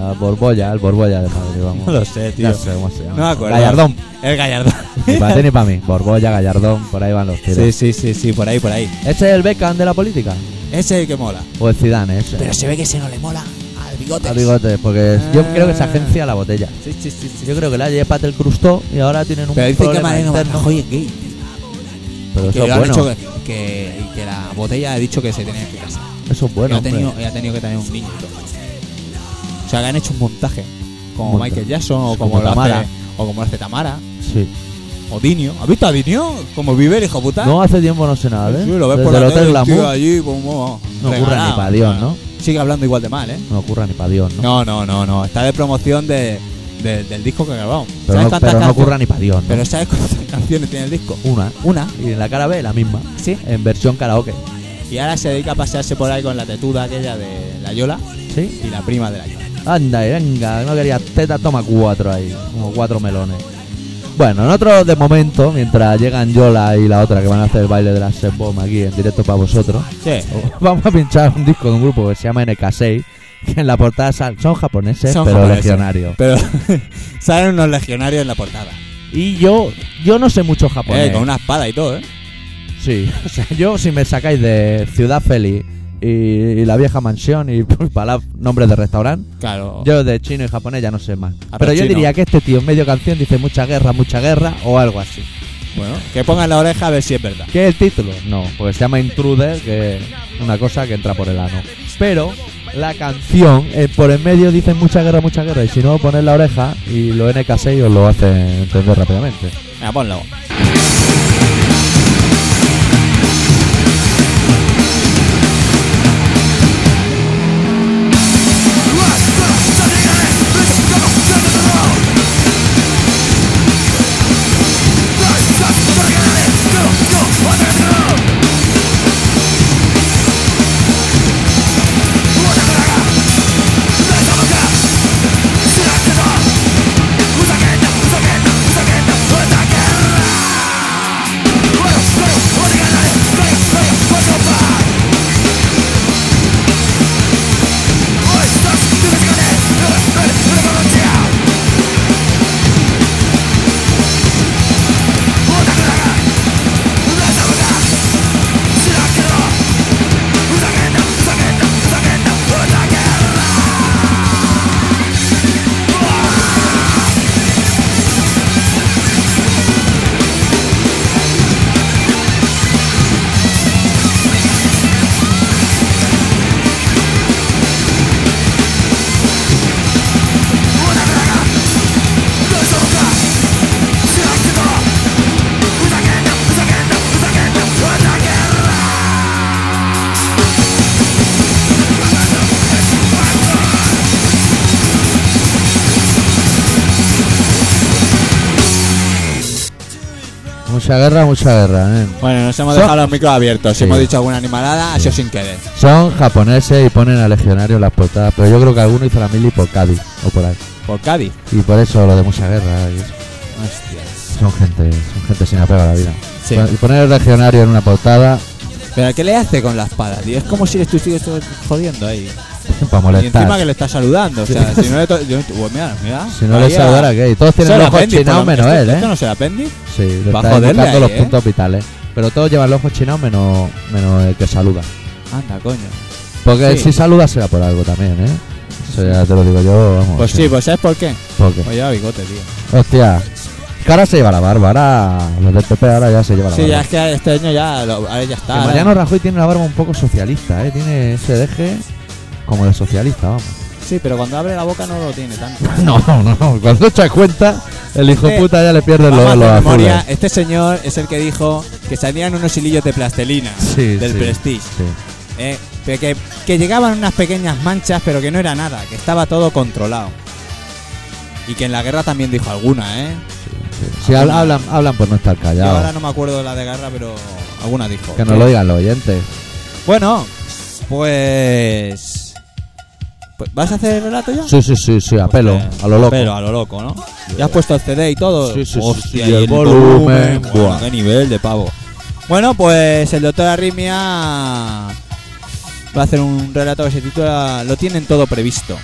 A Borbolla. Al Borbolla de Madrid, vamos.
No lo sé, tío.
No sé cómo se llama.
No me acuerdo.
Gallardón.
El Gallardo.
Ni para ti ni para mí. Borbolla, Gallardón. Por ahí van los tiros.
Sí, sí, sí, sí, por ahí, por ahí.
¿Ese es el Beckham de la política?
Ese es el que mola.
¿O el Zidane ese?
se ve que ese no le mola al bigote.
A bigote, porque yo
Ah.
creo que se agencia la botella.
Sí, sí, sí. sí.
Yo creo que la lleva el crustó y ahora tienen un
Pero dicen que
problema
Mariano
interno.
Rajoy es gay.
Pero
Que le
eso es
han
bueno.
dicho que, que, y que la botella ha dicho que se tenía que casar.
Eso es
y
bueno.
ha
hombre.
tenido, y ha tenido que tener un niño. y todo. O sea, que han hecho un montaje. Como
Montaje.
Michael Jackson o como,
Como
lo
Tamara.
hace, o como lo hace Tamara.
Sí.
O Dinio. ¿Has visto a Dinio? Como vive el hijo puta.
No hace tiempo no sé nada, ¿eh?
Sí, lo ves
Desde
por
el
la
Hotel
tele, el tío
Glamour
allí como...
no ocurra ni
regalado.
para Dios, ¿no?
Sigue hablando igual de mal, ¿eh?
No ocurra ni para Dios, ¿no?
No, no, no, no. Está de promoción de, de- del disco que grabamos.
pero no, pero no
canciones-
ocurra ni para Dios, ¿no?
Pero ¿sabes cuántas canciones tiene el disco?
Una.
Una.
Y en la cara B la misma.
Sí.
En versión karaoke.
Y ahora se dedica a pasearse por ahí con la tetuda aquella de la Yola
Sí.
y la prima de la Yola.
Anda, y venga, no quería teta, toma cuatro ahí. Como cuatro melones. Bueno, nosotros de momento, mientras llegan Yola y la otra que van a hacer el baile de la set bomb aquí en directo para vosotros,
Sí.
vamos a pinchar un disco de un grupo que se llama NK6, que en la portada sal- son japoneses,
Son
pero
japoneses.
legionarios.
Pero salen unos legionarios en la portada.
Y yo, yo no sé mucho japonés.
Eh, con una espada y todo, ¿eh?
Sí, o sea, yo si me sacáis de Ciudad Feliz y, y la vieja mansión y para nombres de restaurante,
Claro.
yo de chino y japonés ya no sé más.
Arroz
Pero yo
chino.
diría que este tío en medio canción dice mucha guerra, mucha guerra o algo así.
Bueno, que pongan la oreja a ver si es verdad.
¿Qué es el título? No, porque se llama Intruder, que es una cosa que entra por el ano. Pero la canción, eh, por en medio dicen mucha guerra, mucha guerra, y si no, poned la oreja y lo NK6 os lo hace entender rápidamente.
Venga, ponlo.
Mucha guerra, mucha guerra, ¿eh?
Bueno, nos hemos
Son-
dejado los micros abiertos. Si
Sí.
hemos dicho alguna animalada, ha sido sin querer.
Son japoneses y ponen a legionarios en las portadas, pero yo creo que alguno hizo la mili por Cádiz o por ahí.
Por Cádiz.
Y por eso lo de mucha guerra. y eso.
Hostia.
Son gente, son gente sin apego a la vida.
Sí.
Pon- Y poner el legionario en una portada
Pero ¿qué le hace con la espada, tío? Es como si le estuviese jodiendo ahí.
para
Y encima
molestar.
que le está saludando. O sea, si no le. to- yo- Pues mira, mira.
Si no le
Ahí a-
saludara gay. Todos
Eso
tienen
era
los ojos
Bendy, por
chinados
lo-
menos
¿esto-
él,
¿Esto
¿eh?
no será Appendix?
Sí, le
Va a
están
joderle
buscando
ahí,
los
¿eh?
puntos vitales. Pero todos llevan los ojos chinados menos, menos el que saluda.
Anda, coño.
Porque
Sí.
si saluda será por algo también, ¿eh? Eso ya te lo digo yo, vamos.
Pues
o sea,
sí, pues ¿sabes por qué?
porque-
Pues lleva bigote, tío.
Hostia. Que ahora se lleva la barba, ahora los del PP ahora ya se lleva la
Sí,
barba.
ya es que este año ya, lo- ahora ya
Que
está.
Mariano
ahora-
Rajoy tiene la barba un poco socialista, ¿eh? Tiene ese deje como de socialista, vamos.
Sí, pero cuando abre la boca no lo tiene tanto.
No, no, cuando echas cuenta, el hijo
Eh,
puta ya le pierde
Vamos a
los,
hacer
los azules.
memoria, este señor es el que dijo que salían unos hilillos de plastelina
Sí,
del
sí,
Prestige.
sí.
eh, pero que, que llegaban unas pequeñas manchas, pero que no era nada, que estaba todo controlado. Y que en la guerra también dijo alguna, ¿eh?
Si habl- hablan, hablan por no estar
Yo ahora
callados.
no me acuerdo de la de guerra, pero alguna dijo. ¿Eh?
Que nos lo digan los oyentes.
Bueno, pues... pues, ¿Vas a hacer el relato ya?
Sí, sí, sí, sí, a pelo,
Pues,
a lo loco.
Pero a lo loco, ¿no? Ya has puesto el CD y todo.
Sí, sí, sí,
Hostia,
sí,
y
el
el
volumen,
volumen.
buah.
Bueno, qué nivel de pavo. Bueno, pues el doctor Arrimia va a hacer un relato que se titula Lo tienen todo previsto.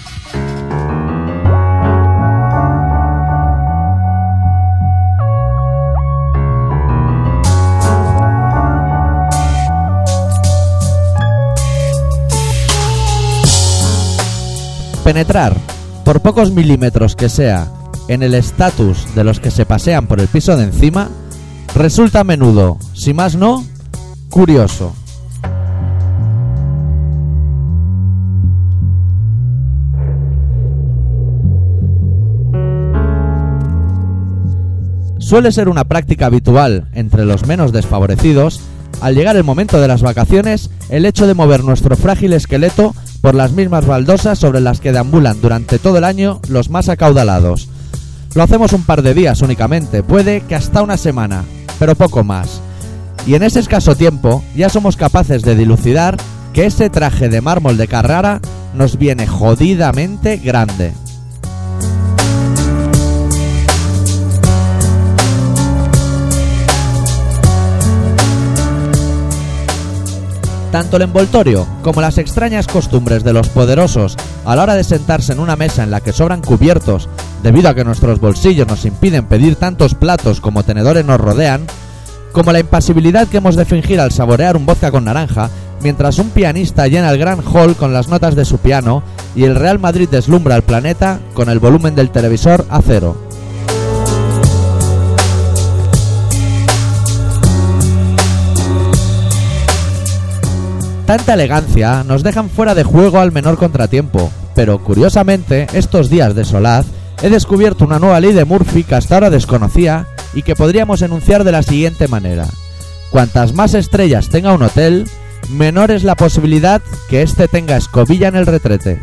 Penetrar, por pocos milímetros que sea, en el estatus de los que se pasean por el piso de encima, resulta a menudo, si más no, curioso. Suele ser una práctica habitual entre los menos desfavorecidos, al llegar el momento de las vacaciones, el hecho de mover nuestro frágil esqueleto por las mismas baldosas sobre las que deambulan durante todo el año los más acaudalados. Lo hacemos un par de días únicamente, puede que hasta una semana, pero poco más. Y en ese escaso tiempo ya somos capaces de dilucidar que ese traje de mármol de Carrara nos viene jodidamente grande. Tanto el envoltorio como las extrañas costumbres de los poderosos a la hora de sentarse en una mesa en la que sobran cubiertos, debido a que nuestros bolsillos nos impiden pedir tantos platos como tenedores nos rodean, como la impasibilidad que hemos de fingir al saborear un vodka con naranja, mientras un pianista llena el gran hall con las notas de su piano y el Real Madrid deslumbra al planeta con el volumen del televisor a cero. Tanta elegancia nos dejan fuera de juego al menor contratiempo, pero curiosamente, estos días de solaz, he descubierto una nueva ley de Murphy que hasta ahora desconocía y que podríamos enunciar de la siguiente manera. Cuantas más estrellas tenga un hotel, menor es la posibilidad que éste tenga escobilla en el retrete.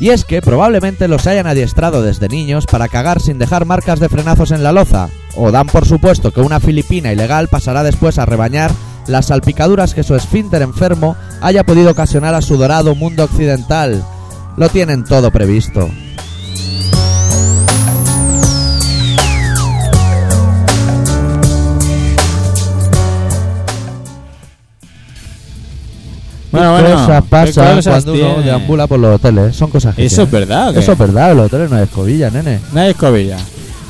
Y es que probablemente los hayan adiestrado desde niños para cagar sin dejar marcas de frenazos en la loza, o dan por supuesto que una filipina ilegal pasará después a rebañar las salpicaduras que su esfínter enfermo haya podido ocasionar a su dorado mundo occidental. Lo tienen todo previsto.
Bueno,
¿Qué
bueno,
cosas
¿qué
pasan
cosas
cuando uno
tiene?
deambula por los hoteles? Son cosas que
Eso es
tienen.
verdad, ¿o qué?
Eso es verdad, los hoteles no es escobilla, nene.
No hay escobilla.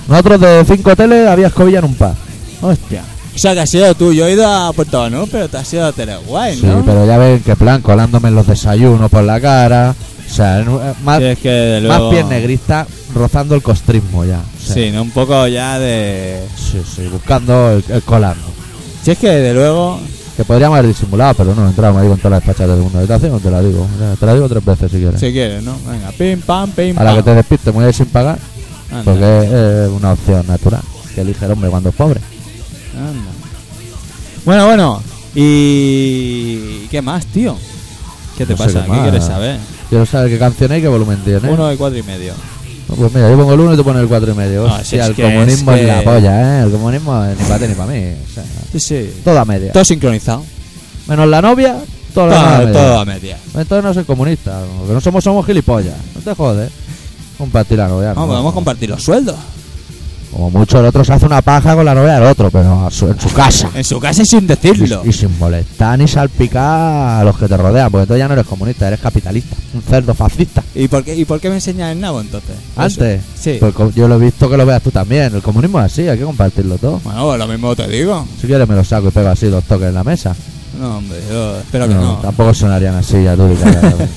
Nosotros de cinco hoteles había escobilla en un par.
Hostia. O sea, que has sido tú. Yo he ido a Puerto Banús, pero te has sido a Teleguay,
Sí,
¿no?
pero ya ven que plan colándome en los desayunos por la cara. O sea, en- eh, más,
Sí, es que de
más
luego-
piel negrista rozando el costrismo ya. O sea,
Sí, ¿no? Un poco ya de...
sí, sí, buscando el, el colarnos.
Si es que, de luego...
Que podríamos haber disimulado, pero no, entramos ahí con todas las despachas de segunda habitación, te la digo. Ya, Te la digo tres veces si quieres.
Si quieres, ¿no? Venga, pim, pam, pim,
A la
pam.
que te despistes, muy sin pagar,
Anda,
porque es eh, una opción natural que elige el hombre cuando es pobre.
anda. Bueno, bueno. ¿Y qué más, tío? ¿Qué te
No sé
pasa?
qué
¿Qué,
más. ¿Eh?
quieres saber?
Quiero saber qué canción hay y qué volumen tiene.
Uno de cuatro y medio.
No, Pues mira, yo pongo el 1 y tú pones el 4 y medio.
No, si
Hostia,
es
el
que- es
comunismo es,
que-
la polla, ¿eh? El comunismo es ni para ti ni para mí. O sea,
Sí, sí.
toda media.
Todo sincronizado.
Menos la novia, todo lo demás a
Todo,
media.
todo a media.
Entonces no soy comunista, lo que no somos somos gilipollas. No te jodes. Compartir la novia.
Vamos, podemos compartir los sueldos.
Como mucho el otro se hace una paja con la novia del otro, pero a su- en su casa.
En su casa y sin decirlo.
Y, y sin molestar ni salpicar a los que te rodean, porque entonces ya no eres comunista, eres capitalista, un cerdo fascista.
¿Y por qué, y por qué me enseñas el nabo entonces?
Antes,
Eso. Sí.
pues co- yo lo he visto que lo veas tú también. El comunismo es así, hay que compartirlo todo.
Bueno, pues lo mismo te digo.
Si quieres me lo saco y pego así dos toques en la mesa.
No, hombre, yo espero que no.
Tampoco sonarían así ya tú. di que hablas de-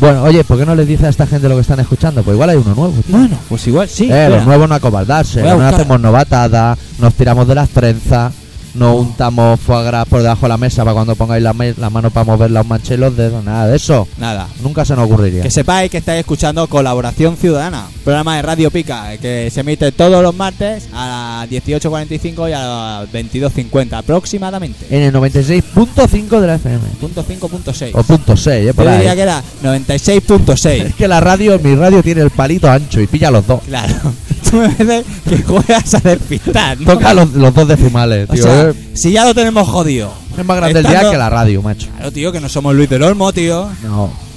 bueno, oye, ¿por qué no le dices a esta gente lo que están escuchando? Pues igual hay uno nuevo, tío.
Bueno, pues igual sí.
eh,
espera.
los nuevos no acobardarse,
Voy a
no
buscar.
hacemos novatadas, nos tiramos de las trenzas, no untamos foie gras por debajo de la mesa para cuando pongáis la, me- la mano para moverla os manchéis los dedos, nada de eso.
Nada.
Nunca se nos ocurriría.
Que sepáis que estáis escuchando Colaboración Ciudadana, programa de Radio Pica, que se emite todos los martes a las 18.45 y a las 22.50 aproximadamente.
En el 96.5 de la FM.
Punto
O
5.6.
punto 6, eh, por
Yo
ahí.
diría que era 96.6.
Es que la radio, mi radio tiene el palito ancho y pilla los dos.
claro. Tú me ves que juegas a despistar, ¿no?
Toca los, los dos decimales,
O
tío.
sea,
eh.
si ya lo tenemos jodido.
Es más grande el
Estando-
día que la radio, macho.
Claro, tío, que no somos Luis del Olmo, tío.
No.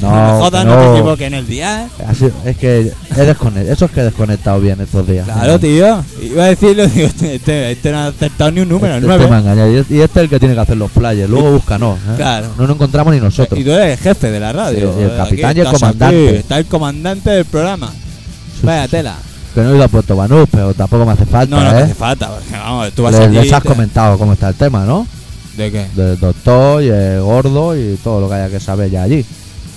No, me
No,
jodas, no,
no.
me equivoqué en el día.
Así- es que he desconectado. Eso es que he desconectado bien estos días.
Claro, tío. Iba a decirlo, digo, este, este- este no ha acertado ni un número, el
Este- este me ha
9.
engañado. Y es- Y este es el que tiene que hacer los players. Luego busca, no. ¿eh?
Claro.
No lo encontramos ni nosotros.
Y tú eres el jefe de la radio. eh,
Sí, sí, el
Aquí
capitán y el
estás
comandante.
aquí, está el comandante del programa. Vaya tela.
Que no he ido a Puerto Banús, pero tampoco me hace falta.
No, no te
¿eh?
hace falta, porque vamos, tú vas
Les,
allí.
les has
te-
comentado cómo está el tema, ¿no?
¿De qué?
Del doctor y el gordo y todo lo que haya que saber ya allí.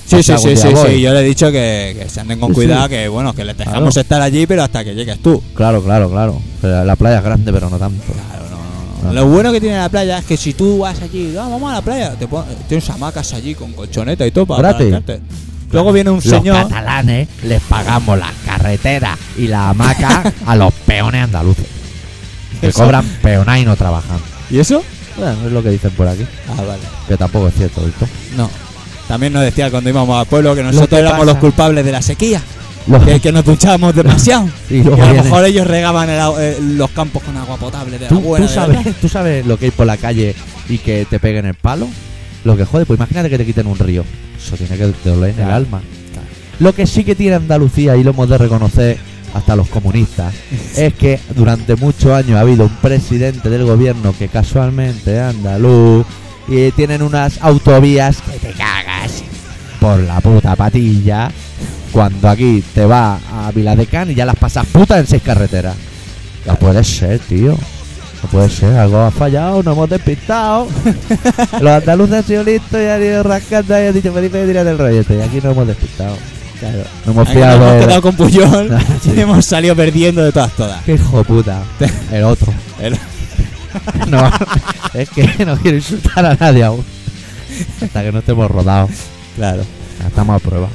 Sí,
Hasta
sí,
algún
sí,
día
sí,
voy.
sí, Yo le he dicho que, que se anden con
Sí, sí.
cuidado, que bueno, que les dejamos
Claro.
estar allí, pero hasta que llegues tú.
Claro, claro, claro. Pero la playa es grande, pero no tanto.
Claro, no, no, no. Lo bueno que tiene la playa es que si tú vas allí, "Ah, vamos a la playa, te pon- tienes hamacas allí con colchoneta y todo para
Gratis.
relajarte. Luego viene un
los
señor.
catalanes les pagamos las carreteras y la hamaca a los peones andaluces. Que
Eso.
cobran peoná y no trabajan.
¿Y eso?
Bueno, es lo que dicen por aquí.
Ah, vale.
Que tampoco es cierto, ¿visto?
No. También nos decía cuando íbamos al pueblo que nosotros
que
éramos
pasa-
los culpables de la sequía,
Los-
que, que nos duchábamos demasiado.
y
Y
luego
a lo
vienen-
mejor ellos regaban el agua- eh, los campos con agua potable de la
¿Tú,
buena.
tú
de verdad.
sabes, ¿Tú sabes lo que hay por la calle y que te peguen el palo? Lo que jode, pues imagínate que te quiten un río. Eso tiene que doler en el
Claro,
alma.
claro.
Lo que sí que tiene Andalucía y lo hemos de reconocer hasta los comunistas, es que durante muchos años ha habido un presidente del gobierno que casualmente es andaluz y tienen unas autovías que te cagas por la puta patilla. Cuando aquí te vas a Viladecán y ya las pasas putas en seis carreteras. No puede ser, tío. No puede ser, algo ha fallado, nos hemos despistado. Los andaluces han sido listos y han ido rascando y han dicho, Felipe, tira del rollete. Y aquí nos hemos despistado. Claro, nos hemos
Aquí nos
fiado.
hemos
de-
quedado con Puyol
Sí.
y hemos salido perdiendo de todas todas.
Qué hijo de puta. El otro.
El-
No, es que no quiero insultar a nadie aún. Hasta que no estemos rodados.
Claro.
Estamos a prueba.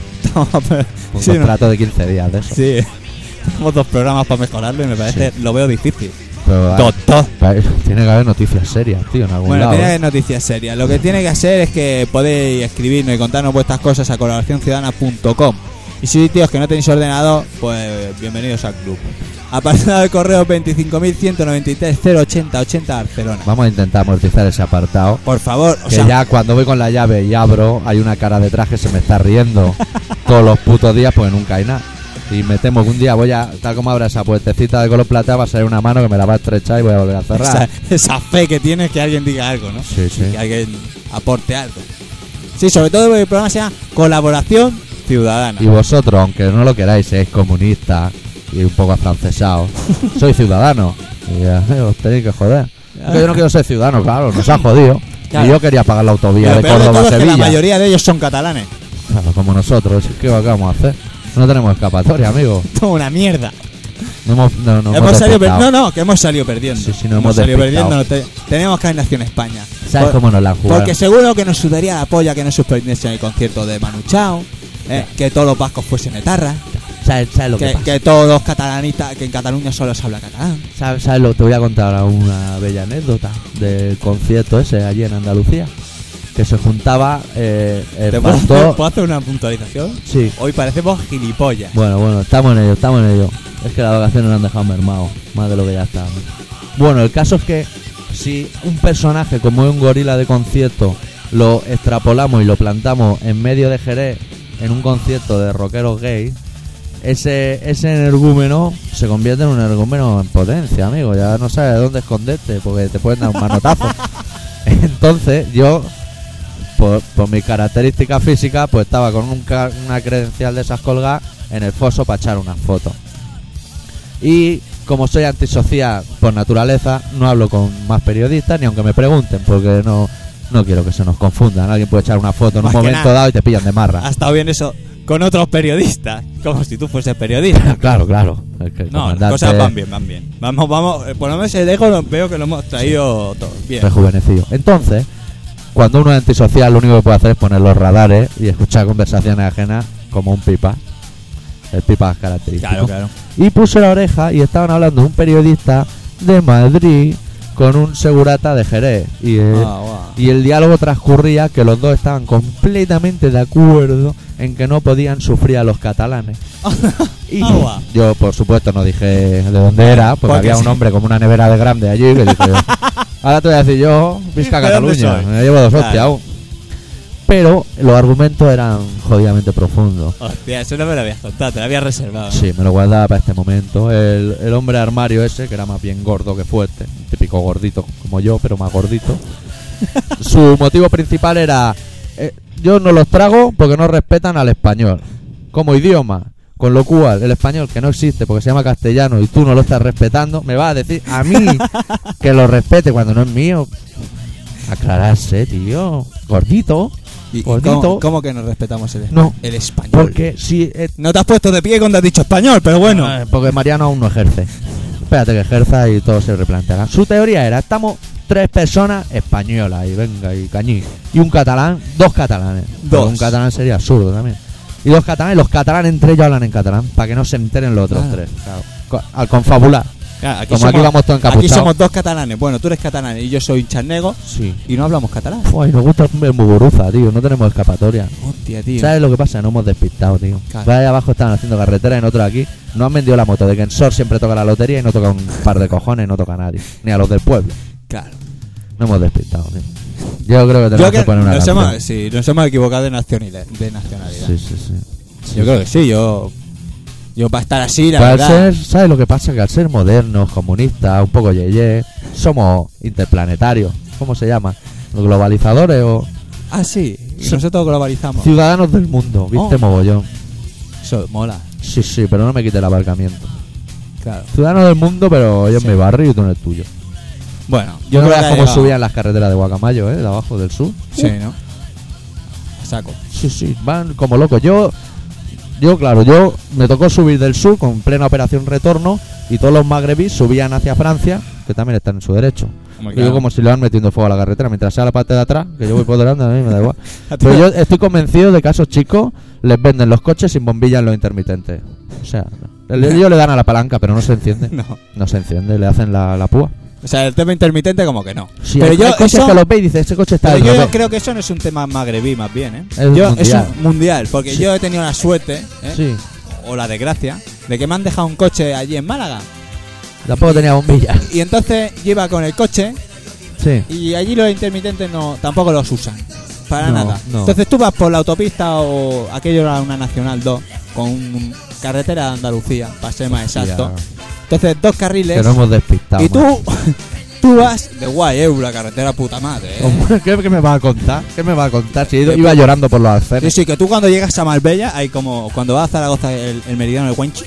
Un
sí, no-
contrato de 15 días de eso.
sí. Tenemos dos programas para mejorarlo y me parece, lo veo difícil.
Pero, ah,
Doctor.
pero tiene que haber noticias serias, tío, en algún
Bueno,
lado. ¿eh?
tiene noticias serias. Lo que tiene que hacer es que podéis escribirnos y contarnos vuestras cosas a colaboracionciudadana.com. Y si tíos que no tenéis ordenador, pues bienvenidos al club. Apartado de correo 25.193.080.80 Barcelona.
Vamos a intentar amortizar ese apartado.
Por favor, o
Que
sea,
ya cuando voy con la llave y abro, hay una cara detrás que se me está riendo todos los putos días porque nunca hay nada. Y me temo que un día voy a, tal como abra esa puertecita de color plata, va a salir una mano que me la va a estrechar y voy a volver a cerrar.
esa, esa fe que tienes que alguien diga algo, ¿no?
Sí, sí.
Que alguien aporte algo. Sí, sobre todo porque el programa se llama Colaboración Ciudadana.
Y vosotros, aunque no lo queráis, seáis comunistas y un poco afrancesados, sois ciudadanos. Y eh, os tenéis que joder. Es que yo no quiero ser ciudadano, claro, nos ha jodido.
Claro.
Y yo quería pagar la autovía
Pero
de
peor de
Córdoba a
todo es que
Sevilla.
la mayoría de ellos son catalanes.
Claro, como nosotros, ¿qué vamos a hacer? No tenemos escapatoria, amigo.
Esto es una mierda.
No hemos, no, no
hemos salido per-
despertado.
no, no, que hemos salido perdiendo.
Sí, sí, no hemos
salido
despistado.
perdiendo. no te- tenemos que haber nacido en España.
¿Sabes
Por-
cómo nos la han jugado?
Porque seguro que nos sudaría la polla que no suspendiesen el concierto de Manu Chao, eh, que todos los vascos fuesen etarras,
¿Sabes, sabes lo que,
que,
pasa?
que todos los catalanistas, que en Cataluña solo se habla catalán.
¿Sabes, sabes lo? Te voy a contar ahora una bella anécdota del concierto ese allí en Andalucía. Que se juntaba eh, el
¿Te puedo,
pastor...
puedo hacer una puntualización?
Sí.
Hoy parecemos gilipollas.
Bueno, bueno, estamos en ello, estamos en ello. Es que las vacaciones nos han dejado mermado, más de lo que ya estábamos. Bueno, el caso es que si un personaje como es un gorila de concierto lo extrapolamos y lo plantamos en medio de Jerez en un concierto de rockeros gay, ese, ese energúmeno se convierte en un energúmeno en potencia, amigo. Ya no sabes dónde esconderte porque te pueden dar un manotazo. Entonces, yo por, por mis características físicas, pues estaba con un ca- una credencial de esas colgadas en el foso para echar unas fotos. Y como soy antisocial por naturaleza, no hablo con más periodistas ni aunque me pregunten, porque no, no quiero que se nos confundan. Alguien puede echar una foto en
Más
un
que
momento
nada.
dado y te pillan de
Ha
marra.
estado bien eso con otros periodistas, como si tú fueses periodista.
claro, claro. Es que el
No, las
comandante
cosas van bien, van bien. Vamos, vamos, eh, por lo menos el ego lo veo que lo hemos traído todo bien.
rejuvenecido. Entonces, cuando uno es antisocial, lo único que puede hacer es poner los radares y escuchar conversaciones ajenas como un pipa. El pipa es característico.
Claro, claro.
Y puse la oreja y estaban hablando un periodista de Madrid con un segurata de Jerez. Y, eh,
Ah, guau.
y el diálogo transcurría que los dos estaban completamente de acuerdo en que no podían sufrir a los catalanes. Y
Ah, guau.
yo, por supuesto, no dije de dónde era, porque,
Porque
había un
sí.
hombre como una nevera de grande allí que dije, ahora te voy a decir yo, Pisca
¿De dónde
Cataluña,
soy?
me llevo dos hostias
Claro.
aún. Pero los argumentos eran jodidamente profundos.
Hostia, eso no me lo habías contado, te lo había reservado.
Sí, me lo guardaba para este momento. El, el hombre de armario ese, que era más bien gordo que fuerte, un típico gordito como yo, pero más gordito. Su motivo principal era: eh, Yo no los trago porque no respetan al español como idioma. Con lo cual, el español que no existe porque se llama castellano y tú no lo estás respetando, me vas a decir a mí que lo respete cuando no es mío. Aclararse, tío. Gordito.
¿Y, y
Gordito.
cómo, cómo que no respetamos el,
No.
el español?
Porque si eh,
No te has puesto de pie cuando has dicho español, pero bueno.
Ah, Porque Mariano aún no ejerce. Espérate que ejerza y todo se replanteará. Su teoría era, estamos tres personas españolas y venga y cañí. Y un catalán, dos catalanes. Pero
Dos.
Un catalán sería absurdo también. Y dos catalanes, los catalanes entre ellos hablan en catalán, para que no se enteren los otros
Ah.
tres. claro. Co- Al confabular.
Claro,
como aquí vamos todos
Ah, aquí
encapuchados.
somos dos catalanes. Bueno, tú eres catalán y yo soy charnego
Sí.
y no hablamos catalán.
Uy, nos gusta el muguruza, tío, no tenemos escapatoria.
Hostia, tío.
¿Sabes lo que pasa? No hemos despistado, tío.
Claro.
Vaya abajo estaban haciendo carretera y nosotros aquí. No han vendido la moto de que en Sor siempre toca la lotería y no toca un par de cojones, no toca a nadie. Ni a los del pueblo.
Claro.
No hemos despistado, tío. Yo creo que tenemos
Yo
que,
que
poner una
nos
canción.
hemos, sí, nos hemos equivocado de nacionalidad. De nacionalidad.
Sí, sí, sí.
Yo creo que sí, yo. Yo para estar así, la
Pues al
verdad.
ser, ¿sabes lo que pasa? Que al ser modernos, comunistas, un poco yeye, somos interplanetarios, ¿cómo se llama? Los globalizadores o
Ah, sí. y
Sí.
Nosotros globalizamos.
ciudadanos del mundo, viste
Oh.
mogollón.
Eso mola,
Sí, sí, pero no me quite el aparcamiento.
claro.
Ciudadanos del mundo, pero yo
Sí.
en mi barrio y tú en el tuyo.
Bueno,
Yo
yo creo
no
que
veas
ha
cómo
llegado.
subían las carreteras de Guacamayo, ¿eh? De abajo del sur.
Sí, ¿no? A saco.
Sí, sí, van como locos. Yo, yo claro, yo me tocó subir del sur con plena operación retorno y todos los magrebís subían hacia Francia, que también están en su derecho.
Hombre,
Digo
claro.
como si le van metiendo fuego a la carretera, mientras sea la parte de atrás, que yo voy por delante, a mí me da igual. Pero yo estoy convencido de que a esos chicos les venden los coches sin bombillas en los intermitentes. O sea, no. El- ellos le dan a la palanca, pero no se enciende.
No.
No se enciende, le hacen la, la púa.
O sea, el tema intermitente como que no.
Sí,
pero
hay-
yo,
hay coches
eso-
que los ve y dice, este coche está
pero
al
yo
revés".
creo que eso no es un tema magrebí más bien, ¿eh?
Es
Yo-
mundial.
es un mundial, porque
Sí.
yo he tenido la suerte, ¿eh?
Sí,
o la desgracia, de que me han dejado un coche allí en Málaga.
tampoco tenía bombillas.
Y entonces yo iba con el coche
Sí.
y allí los intermitentes no tampoco los usan. Para
No,
nada.
no.
Entonces tú vas por la autopista o aquello era una Nacional 2 con un- carretera de Andalucía, para ser más exacto. Entonces dos carriles
Que no hemos despistado.
y
macho.
tú, tú vas de guay, eh, la carretera puta madre. eh.
Hombre, ¿Qué, qué me vas a contar? ¿Qué me vas a contar? Si he ido- iba llorando por los
Sí,
arcenes.
sí, que tú cuando llegas a Marbella, hay como cuando vas a Zaragoza el, el meridiano de Cuenchi,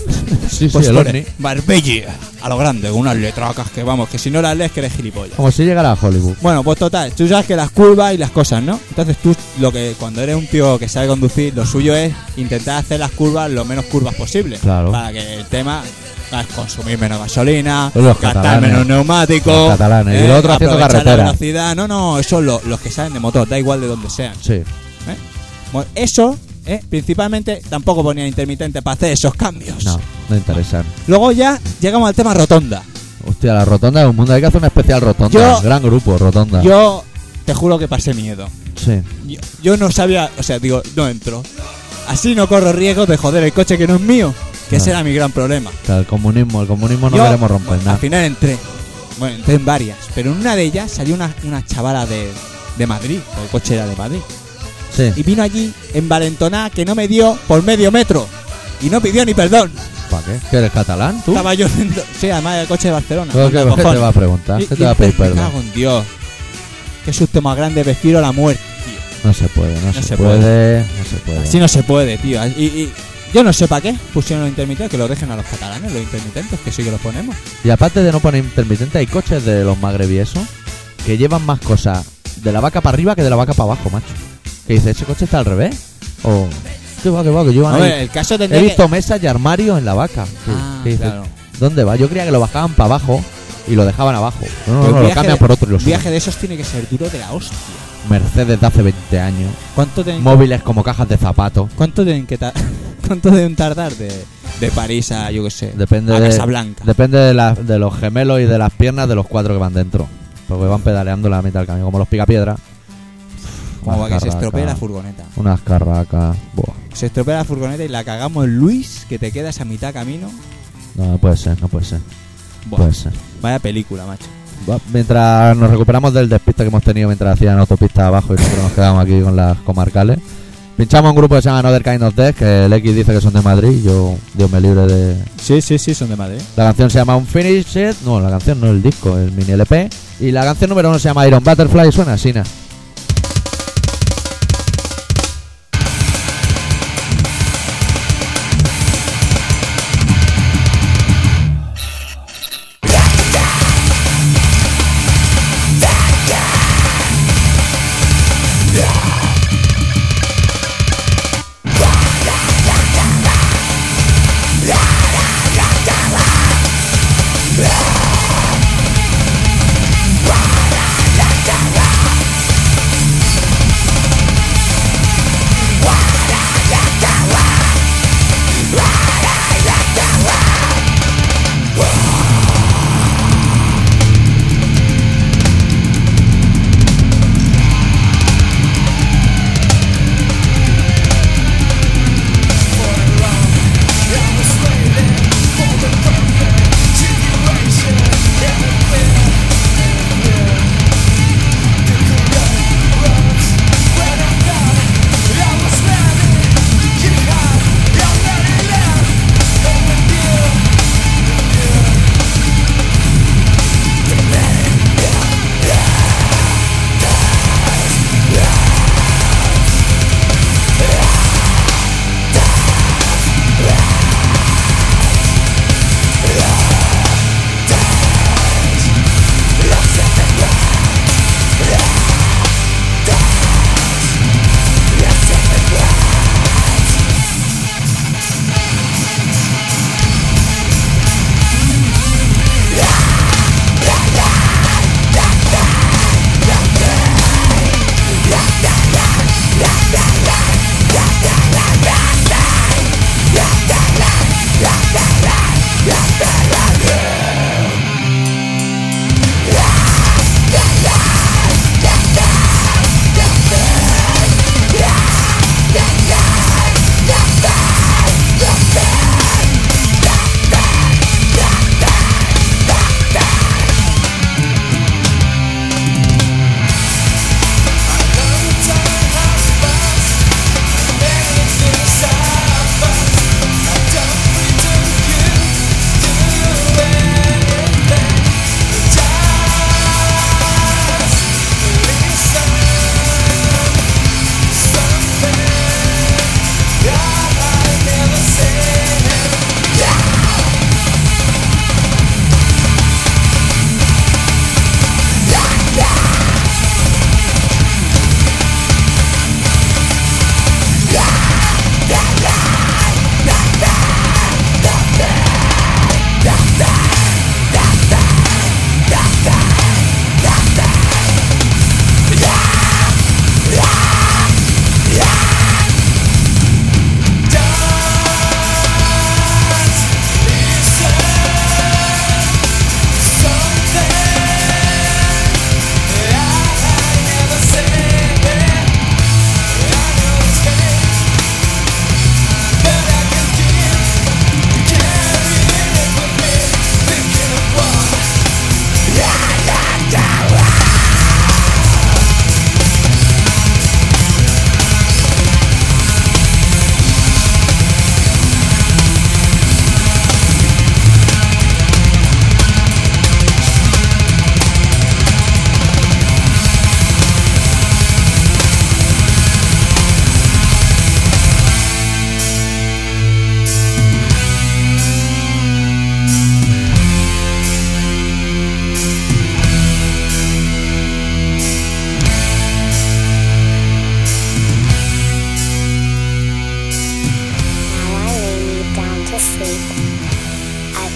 Sí,
pues
el
pone
ovni.
Marbella, a lo grande, con unas letracas que vamos, que si no las lees que eres gilipollas.
Como si llegara a Hollywood.
Bueno, pues total, tú sabes que las curvas y las cosas, ¿no? Entonces tú, lo que cuando eres un tío que sabe conducir, lo suyo es intentar hacer las curvas lo menos curvas posible.
Claro.
Para que el tema es consumir menos gasolina,
Los
gastar
catalanes.
menos neumáticos.
Los catalanes. Y
¿eh?
los otros haciendo
aprovechar
carretera.
La velocidad. No, no, eso es lo- los que saben de motor, da igual de donde sean.
Sí.
¿eh? Bueno, eso, ¿eh? principalmente, tampoco ponía intermitente para hacer esos cambios.
No, no interesan.
Luego ya llegamos al tema rotonda.
Hostia, la rotonda es un mundo. Hay que hacer una especial rotonda.
Yo-
Gran grupo, rotonda.
Yo te juro que pasé miedo.
Sí.
Yo, yo no sabía, o sea, digo, no entro. Así no corro riesgo de joder el coche que no es mío. Que ese
Claro.
era mi gran problema.
O sea, el comunismo, el comunismo no
Yo,
queremos romper
bueno,
nada.
Al final entré. Bueno, entré en varias. Pero en una de ellas salió una, una chavala de, de Madrid. El coche era de Madrid.
Sí.
Y vino allí en Valentoná que no me dio por medio metro. Y no pidió ni perdón.
¿Para qué? ¿Que eres catalán tú?
Estaba yo dentro. Sí, además el coche de Barcelona.
Creo que-
Anda,
¿Qué, te
cojones.
va a preguntar?
Y-
¿Qué
y
te va a pedir
entonces, me
perdón?
cago en Dios. Qué susto más grande. Prefiero la muerte, tío.
No se puede, no, se, puede. No se puede.
Así no se puede, tío. Y, y yo no sé para qué pusieron los intermitentes, que lo dejen a los catalanes, los intermitentes, que sí que los ponemos.
Y aparte de no poner intermitente, hay coches de los magrebiesos que llevan más cosas de la vaca para arriba que de la vaca para abajo, macho. Que dice, ese coche está al revés. O, qué va, qué va, que llevan
A ver,
ahí.
el caso tendría
He
que-
visto mesas y armarios en la vaca. Que-
Ah,
que dice,
claro.
¿Dónde va? Yo creía que lo bajaban para abajo y lo dejaban abajo. No, no,
Pero
no,
el
lo
Pues viaje
cambian
de-
por otro y lo
Un viaje
suben.
de esos tiene que ser duro de la hostia.
Mercedes de hace 20 años.
¿Cuánto tienen,
Móviles como cajas de zapatos.
cuánto tienen que tar- cuánto deben tardar de, de París a, yo qué sé,
Depende
a
de,
Casablanca?
Depende de, la- de los gemelos y de las piernas de los cuatro que van dentro. Porque van pedaleando la mitad del camino, como los picapiedra.
Como
Unas
para que se
carracas,
estropee la furgoneta.
Unas carracas. Buah,
Se estropea la furgoneta y la cagamos en Luis, que te quedas a mitad camino.
no, no puede ser, no puede ser.
Buah,
Puede ser.
Vaya película, macho.
Va, mientras nos recuperamos del despiste que hemos tenido mientras hacían autopista abajo y nosotros nos quedamos aquí con las comarcales, pinchamos un grupo que se llama Another Kind of Death, que el X dice que son de Madrid. Yo, Dios me libre de,
Sí, sí, sí, son de Madrid.
La canción se llama Unfinished. No, la canción no, el disco, el mini LP. Y la canción número uno se llama Iron Butterfly y suena así, na.
Thank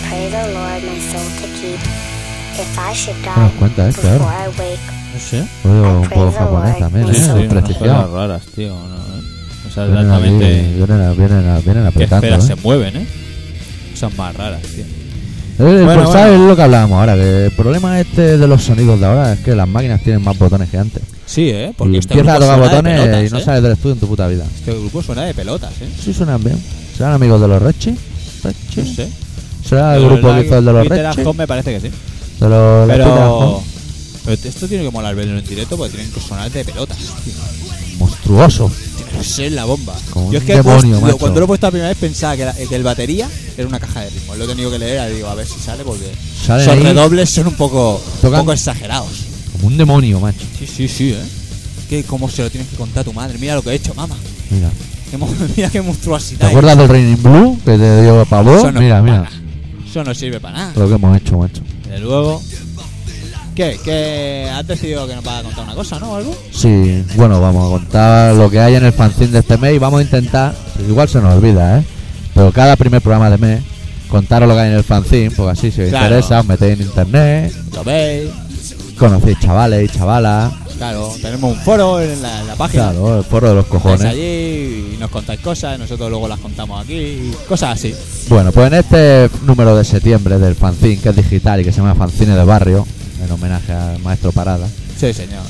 pray the Lord my soul to keep. If I should
Ah,
die
cuenta, eh,
before
claro.
I wake,
No sé.
Oigo un poco japonés también, ¿eh?
Sí,
Son
sí,
prestigiados.
raras, tío. ¿no? O sea,
Vienen, aquí,
exactamente.
vienen, a- vienen, a- vienen
¿Qué
apretando.
esferas
¿eh?
se mueven, eh? Cosas más raras, tío.
Eh,
Bueno,
pues, ¿sabes?
bueno.
es lo que hablábamos ahora, que el problema este de los sonidos de ahora es que las máquinas tienen más botones que antes.
Sí, eh.
y
Porque este grupo
empiezas a tocar
suena de
botones
pelotas,
y no
¿eh?
sales del estudio en tu puta vida.
Este grupo suena de pelotas, eh.
Sí suenan bien. ¿Serán amigos de los Rechi? Rechi.
No sé.
¿Será Ah, el
Pero
grupo
la-
que hizo el de los Pues
Peter
Rechi?
Home me parece que sí.
De los la Peter
Pero,
Home.
pero esto tiene que molar verlo en directo porque tienen que sonar de pelotas. tío.
Monstruoso.
Tiene que ser la bomba.
Como
Yo es
un
que he
demonio,
puesto-
macho.
cuando lo he puesto la primera vez pensaba que, la- que el batería era una caja de ritmos. Lo he tenido que leer y digo a ver si sale porque
Salen
son
ahí.
redobles, son un poco, un
Tocan-
poco exagerados.
Como un demonio, macho.
Sí, sí, sí, eh. Que como se lo tienes que contar a tu madre. Mira lo que he hecho, mamá.
Mira.
Qué mo- Mira qué monstruosidad.
¿Te acuerdas del Raining Blue que te dio pavor?
Eso no-
mira, mira.
Eso no sirve para nada.
Lo que hemos hecho, macho.
De luego. ¿Qué? ¿Qué? ¿Has decidido que nos vas a contar una cosa, no? ¿O algo?
Sí, bueno, vamos a contar lo que hay en el fanzine de este mes y vamos a intentar, igual se nos olvida, ¿eh? Pero cada primer programa de mes, contaros lo que hay en el fanzine, porque así si os
Claro.
interesa, os metéis en internet,
Lo veis.
conocéis chavales y chavalas,
Claro, tenemos un foro en la, en la página.
claro, el foro de los
Vais
cojones.
allí y nos contáis cosas, nosotros luego las contamos aquí, y cosas así.
Bueno, pues en este número de septiembre del fanzine, que es digital y que se llama Fanzine de Barrio, en homenaje al maestro Parada,
Sí, señor.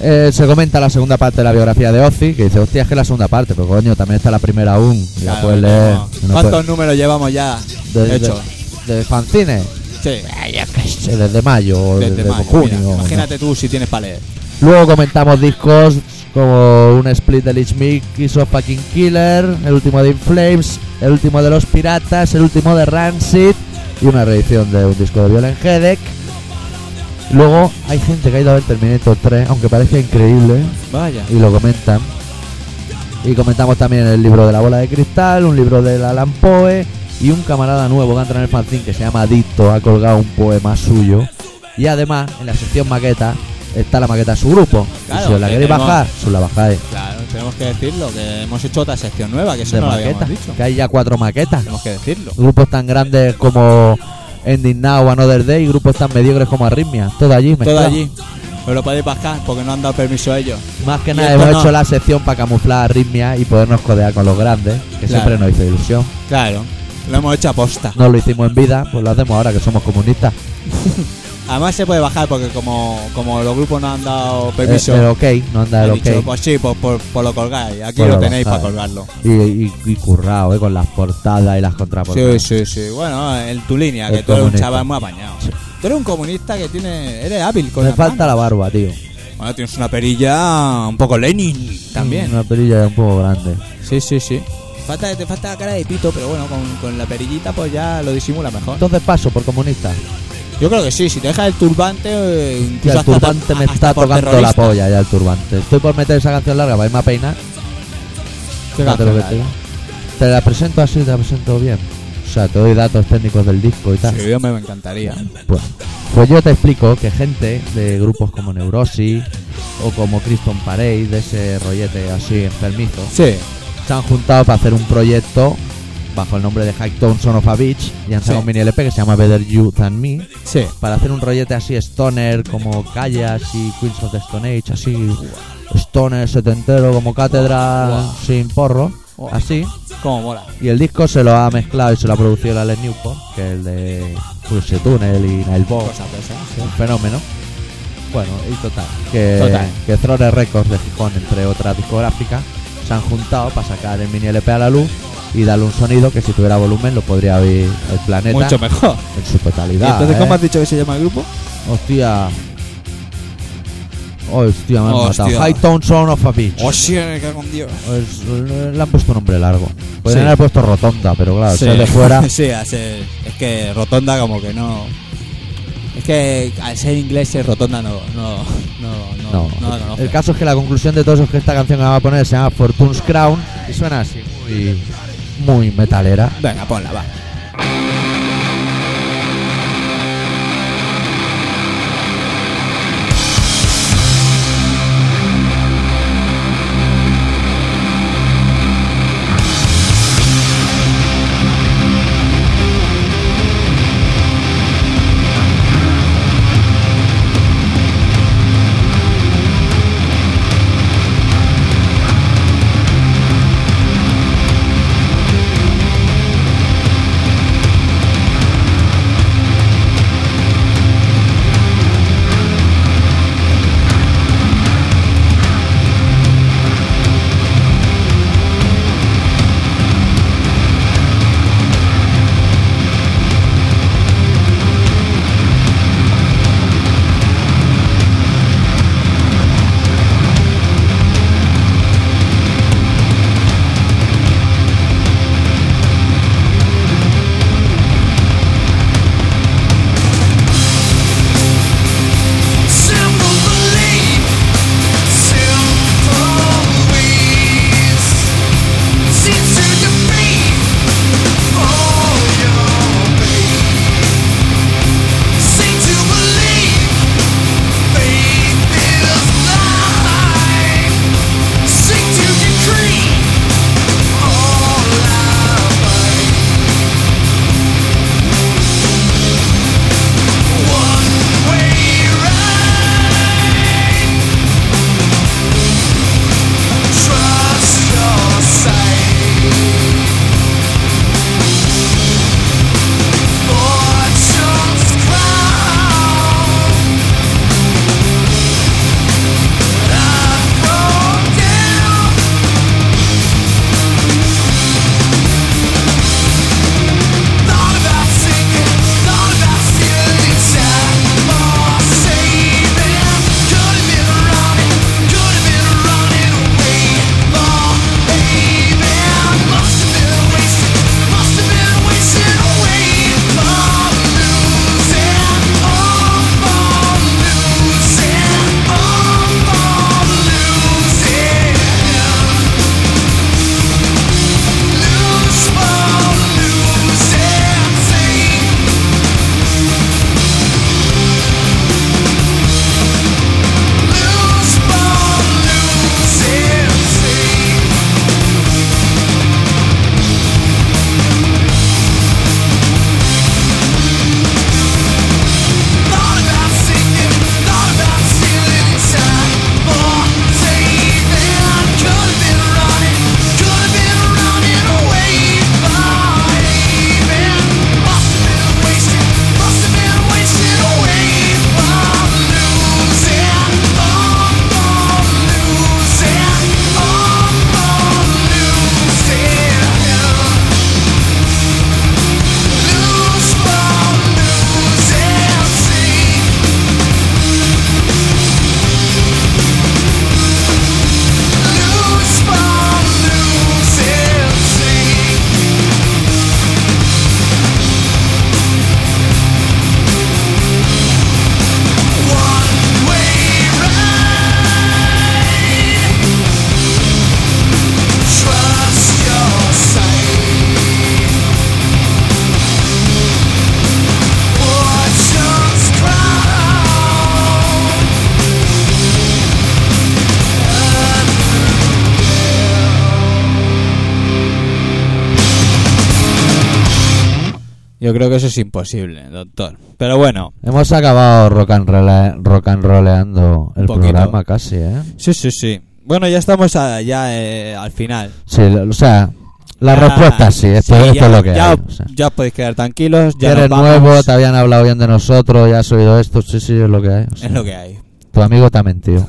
Eh, se comenta la segunda parte de la biografía de Ozzy, que dice, hostia, es que la segunda parte, pero coño, también está la primera aún, y la
Claro,
puedes leer.
no.
y no
¿Cuántos
puedes-
números llevamos ya
de,
hechos?
de- de fanzines,
Sí.
Sí, desde mayo o
Desde
desde,
pues. mayo,
junio.
mira,
¿no?
imagínate tú si tienes para leer.
Luego comentamos discos como un split de Lich Mick, Kiss of Fucking Killer, el último de Inflames, el último de Los Piratas, el último de Rancid y una reedición de un disco de Violent Headache. Luego hay gente que ha ido a ver Terminator 3, aunque parece increíble, ¿eh?
Vaya.
y lo comentan. Y comentamos también el libro de la bola de cristal, un libro de la Lampoe y un camarada nuevo que entra en el fanzine que se llama Adicto, ha colgado un poema suyo. Y además, en la sección maqueta está la maqueta de su grupo. Y
Claro,
si os la
que
queréis
tenemos-
bajar, os la bajáis.
Claro, tenemos que decirlo, que hemos hecho otra sección nueva, que eso
de
no lo
maqueta,
habíamos dicho.
que hay ya cuatro maquetas.
Tenemos que decirlo.
Grupos tan grandes como Ending Now, Another Day, y grupos tan mediocres como Arritmia. Todo allí,
Todo
mezclado.
allí. Pero lo podéis bajar porque no han dado permiso a ellos.
Más que
Y
nada,
esto
hemos
no.
hecho la sección para camuflar Arritmia y podernos codear con los grandes, que
Claro.
siempre nos hizo ilusión.
Claro. Lo hemos hecho a posta.
no lo hicimos en vida, pues lo hacemos ahora que somos comunistas.
Además se puede bajar porque como, como los grupos no han dado
El,
permiso,
el ok, no anda
he
el
dicho,
Eh, ok.
pues sí, pues por, por lo colgáis. Aquí
Por
lo
lo
tenéis para
bajáis.
colgarlo.
Y, y, y currado, eh, con las portadas y las
Sí,
contraportadas.
sí, sí. Bueno, en tu línea, que
El
tú eres un
comunista.
chaval muy apañado.
Sí.
Tú eres un comunista que tiene. Eres hábil con
Me
las
falta
manos.
la barba, tío.
Bueno, tienes una perilla un poco Lenin también.
Una perilla un poco grande.
Sí, sí, sí. Falta, te falta la cara de pito, pero bueno, con, con la perillita pues ya lo disimula mejor.
Entonces paso por comunista.
Yo creo que sí, si te dejas el turbante, eh,
Ya
incluso
el
hasta-
turbante me
hasta
está
por
tocando la
terrorista.
polla, ya el turbante. Estoy por meter esa canción larga para irme a peinar.
¿Qué
Fíjate lo que
canción
te
hay?
digo. Te la presento así, te la presento bien. O sea, te doy datos técnicos del disco y tal.
Sí, yo me me encantaría.
Pues, pues yo te explico que gente de grupos como Neurosis o como Criston Parade, de ese rollete así enfermizo,
Sí,
se han juntado para hacer un proyecto bajo el nombre de Hacktone Son of a Beach y han sacado
Sí.
un mini LP que se llama Better You Than Me
sí.
para hacer un rollete así stoner como Callas y Queens of the Stone Age, así stoner setentero como Cátedra
Guau.
sin porro,
Guau.
así.
Cómo mola.
Y el disco se lo ha mezclado y se lo ha producido el Alex Newport, que es el de Pulse Tunnel y Nile Box
Cosas de esas.
un fenómeno. Bueno, y total. Que,
Total.
que Throne Records de Gijón, entre otras discográficas, se han juntado para sacar el mini LP a la luz y darle un sonido que si tuviera volumen lo podría oír el planeta
Mucho mejor.
en su totalidad. ¿eh?
dicho que se llama el grupo?
Hostia. Hostia, me han
Hostia.
matado. High Town Sound of a Beach.
Hostia, me cago Oh, en Dios.
Es- le han puesto nombre largo. Podrían
Sí.
haber puesto Rotonda, pero claro, ser de fuera.
sí, al ser- es que rotonda como que no. Es que al ser inglés es rotonda no, no, no, no,
No.
no la conozco.
el caso es que la conclusión de todos es que esta canción que vamos a poner se llama Fortune's Crown y suena así, muy, muy metalera.
Venga, ponla, va.
oh, oh,
Yo creo que eso es imposible, doctor. Pero bueno,
Hemos acabado rock and, rolla- rock and roleando el
Poquito.
programa casi, ¿eh?
sí, sí, sí. Bueno, ya estamos a- ya eh, al final.
Sí, lo- o sea, la
Ya-
respuesta sí, esto,
sí,
esto
ya-
es lo que
ya,
hay. o sea.
ya os podéis quedar tranquilos, ya
eres
nos vamos.
nuevo, te habían hablado bien de nosotros, ya has oído esto, sí, sí, es lo que hay. o sea.
Es lo que hay.
Tu amigo te ha mentido.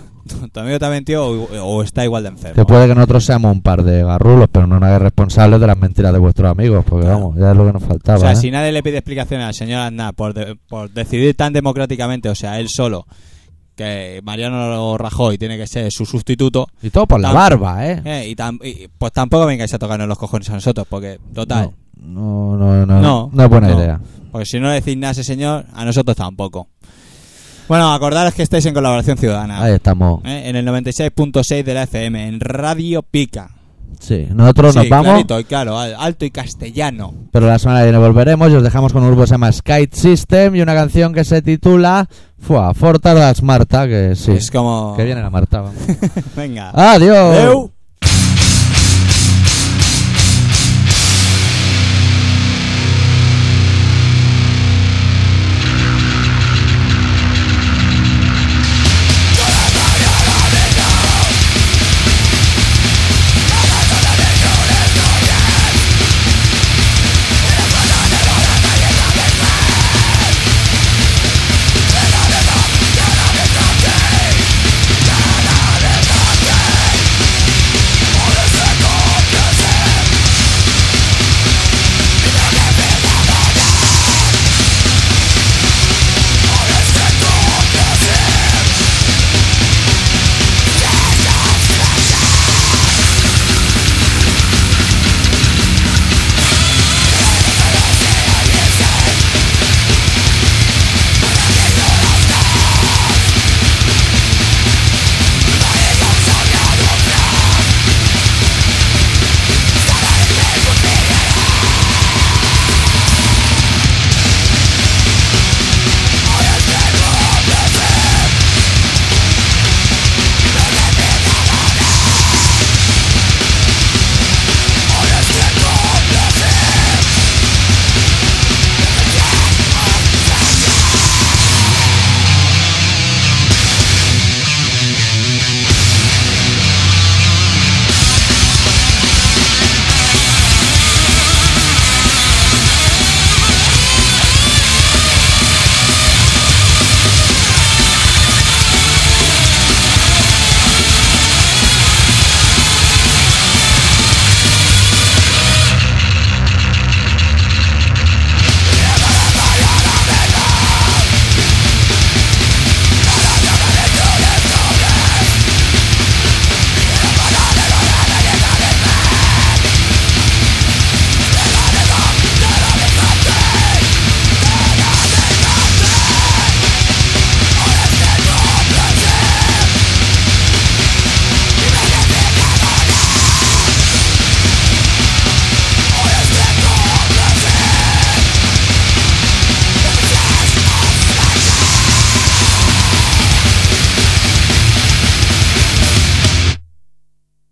Tu amigo también, tío, o, o está igual de enfermo.
Que puede que nosotros seamos un par de garrulos, pero no nadie responsable de las mentiras de vuestros amigos, porque
Claro.
vamos, ya es lo que nos faltaba.
O sea,
¿eh?
si nadie le pide explicaciones al señor Aznar por, de- por decidir tan democráticamente, o sea, él solo, que Mariano Rajoy tiene que ser su sustituto,
Y todo por la
Tam-
barba, ¿eh?
eh, y tam- y, pues tampoco vengáis a tocarnos los cojones a nosotros, porque, total,
No, no, no.
No,
No, es buena
no.
idea.
porque si no le decís nada a ese señor, a nosotros tampoco. Bueno, acordaros que estáis en Colaboración Ciudadana,
Ahí estamos.
eh, en el 96.6 de la FM, en Radio Pica.
Sí, nosotros
Sí,
nos vamos,
clarito y claro, al- alto y castellano.
pero la semana que viene volveremos y os dejamos con un grupo que se llama Skate System y una canción que se titula Fua, Forta das Marta, que sí.
Es como...
Que viene la Marta. vamos.
Venga.
Adiós.
Adeu.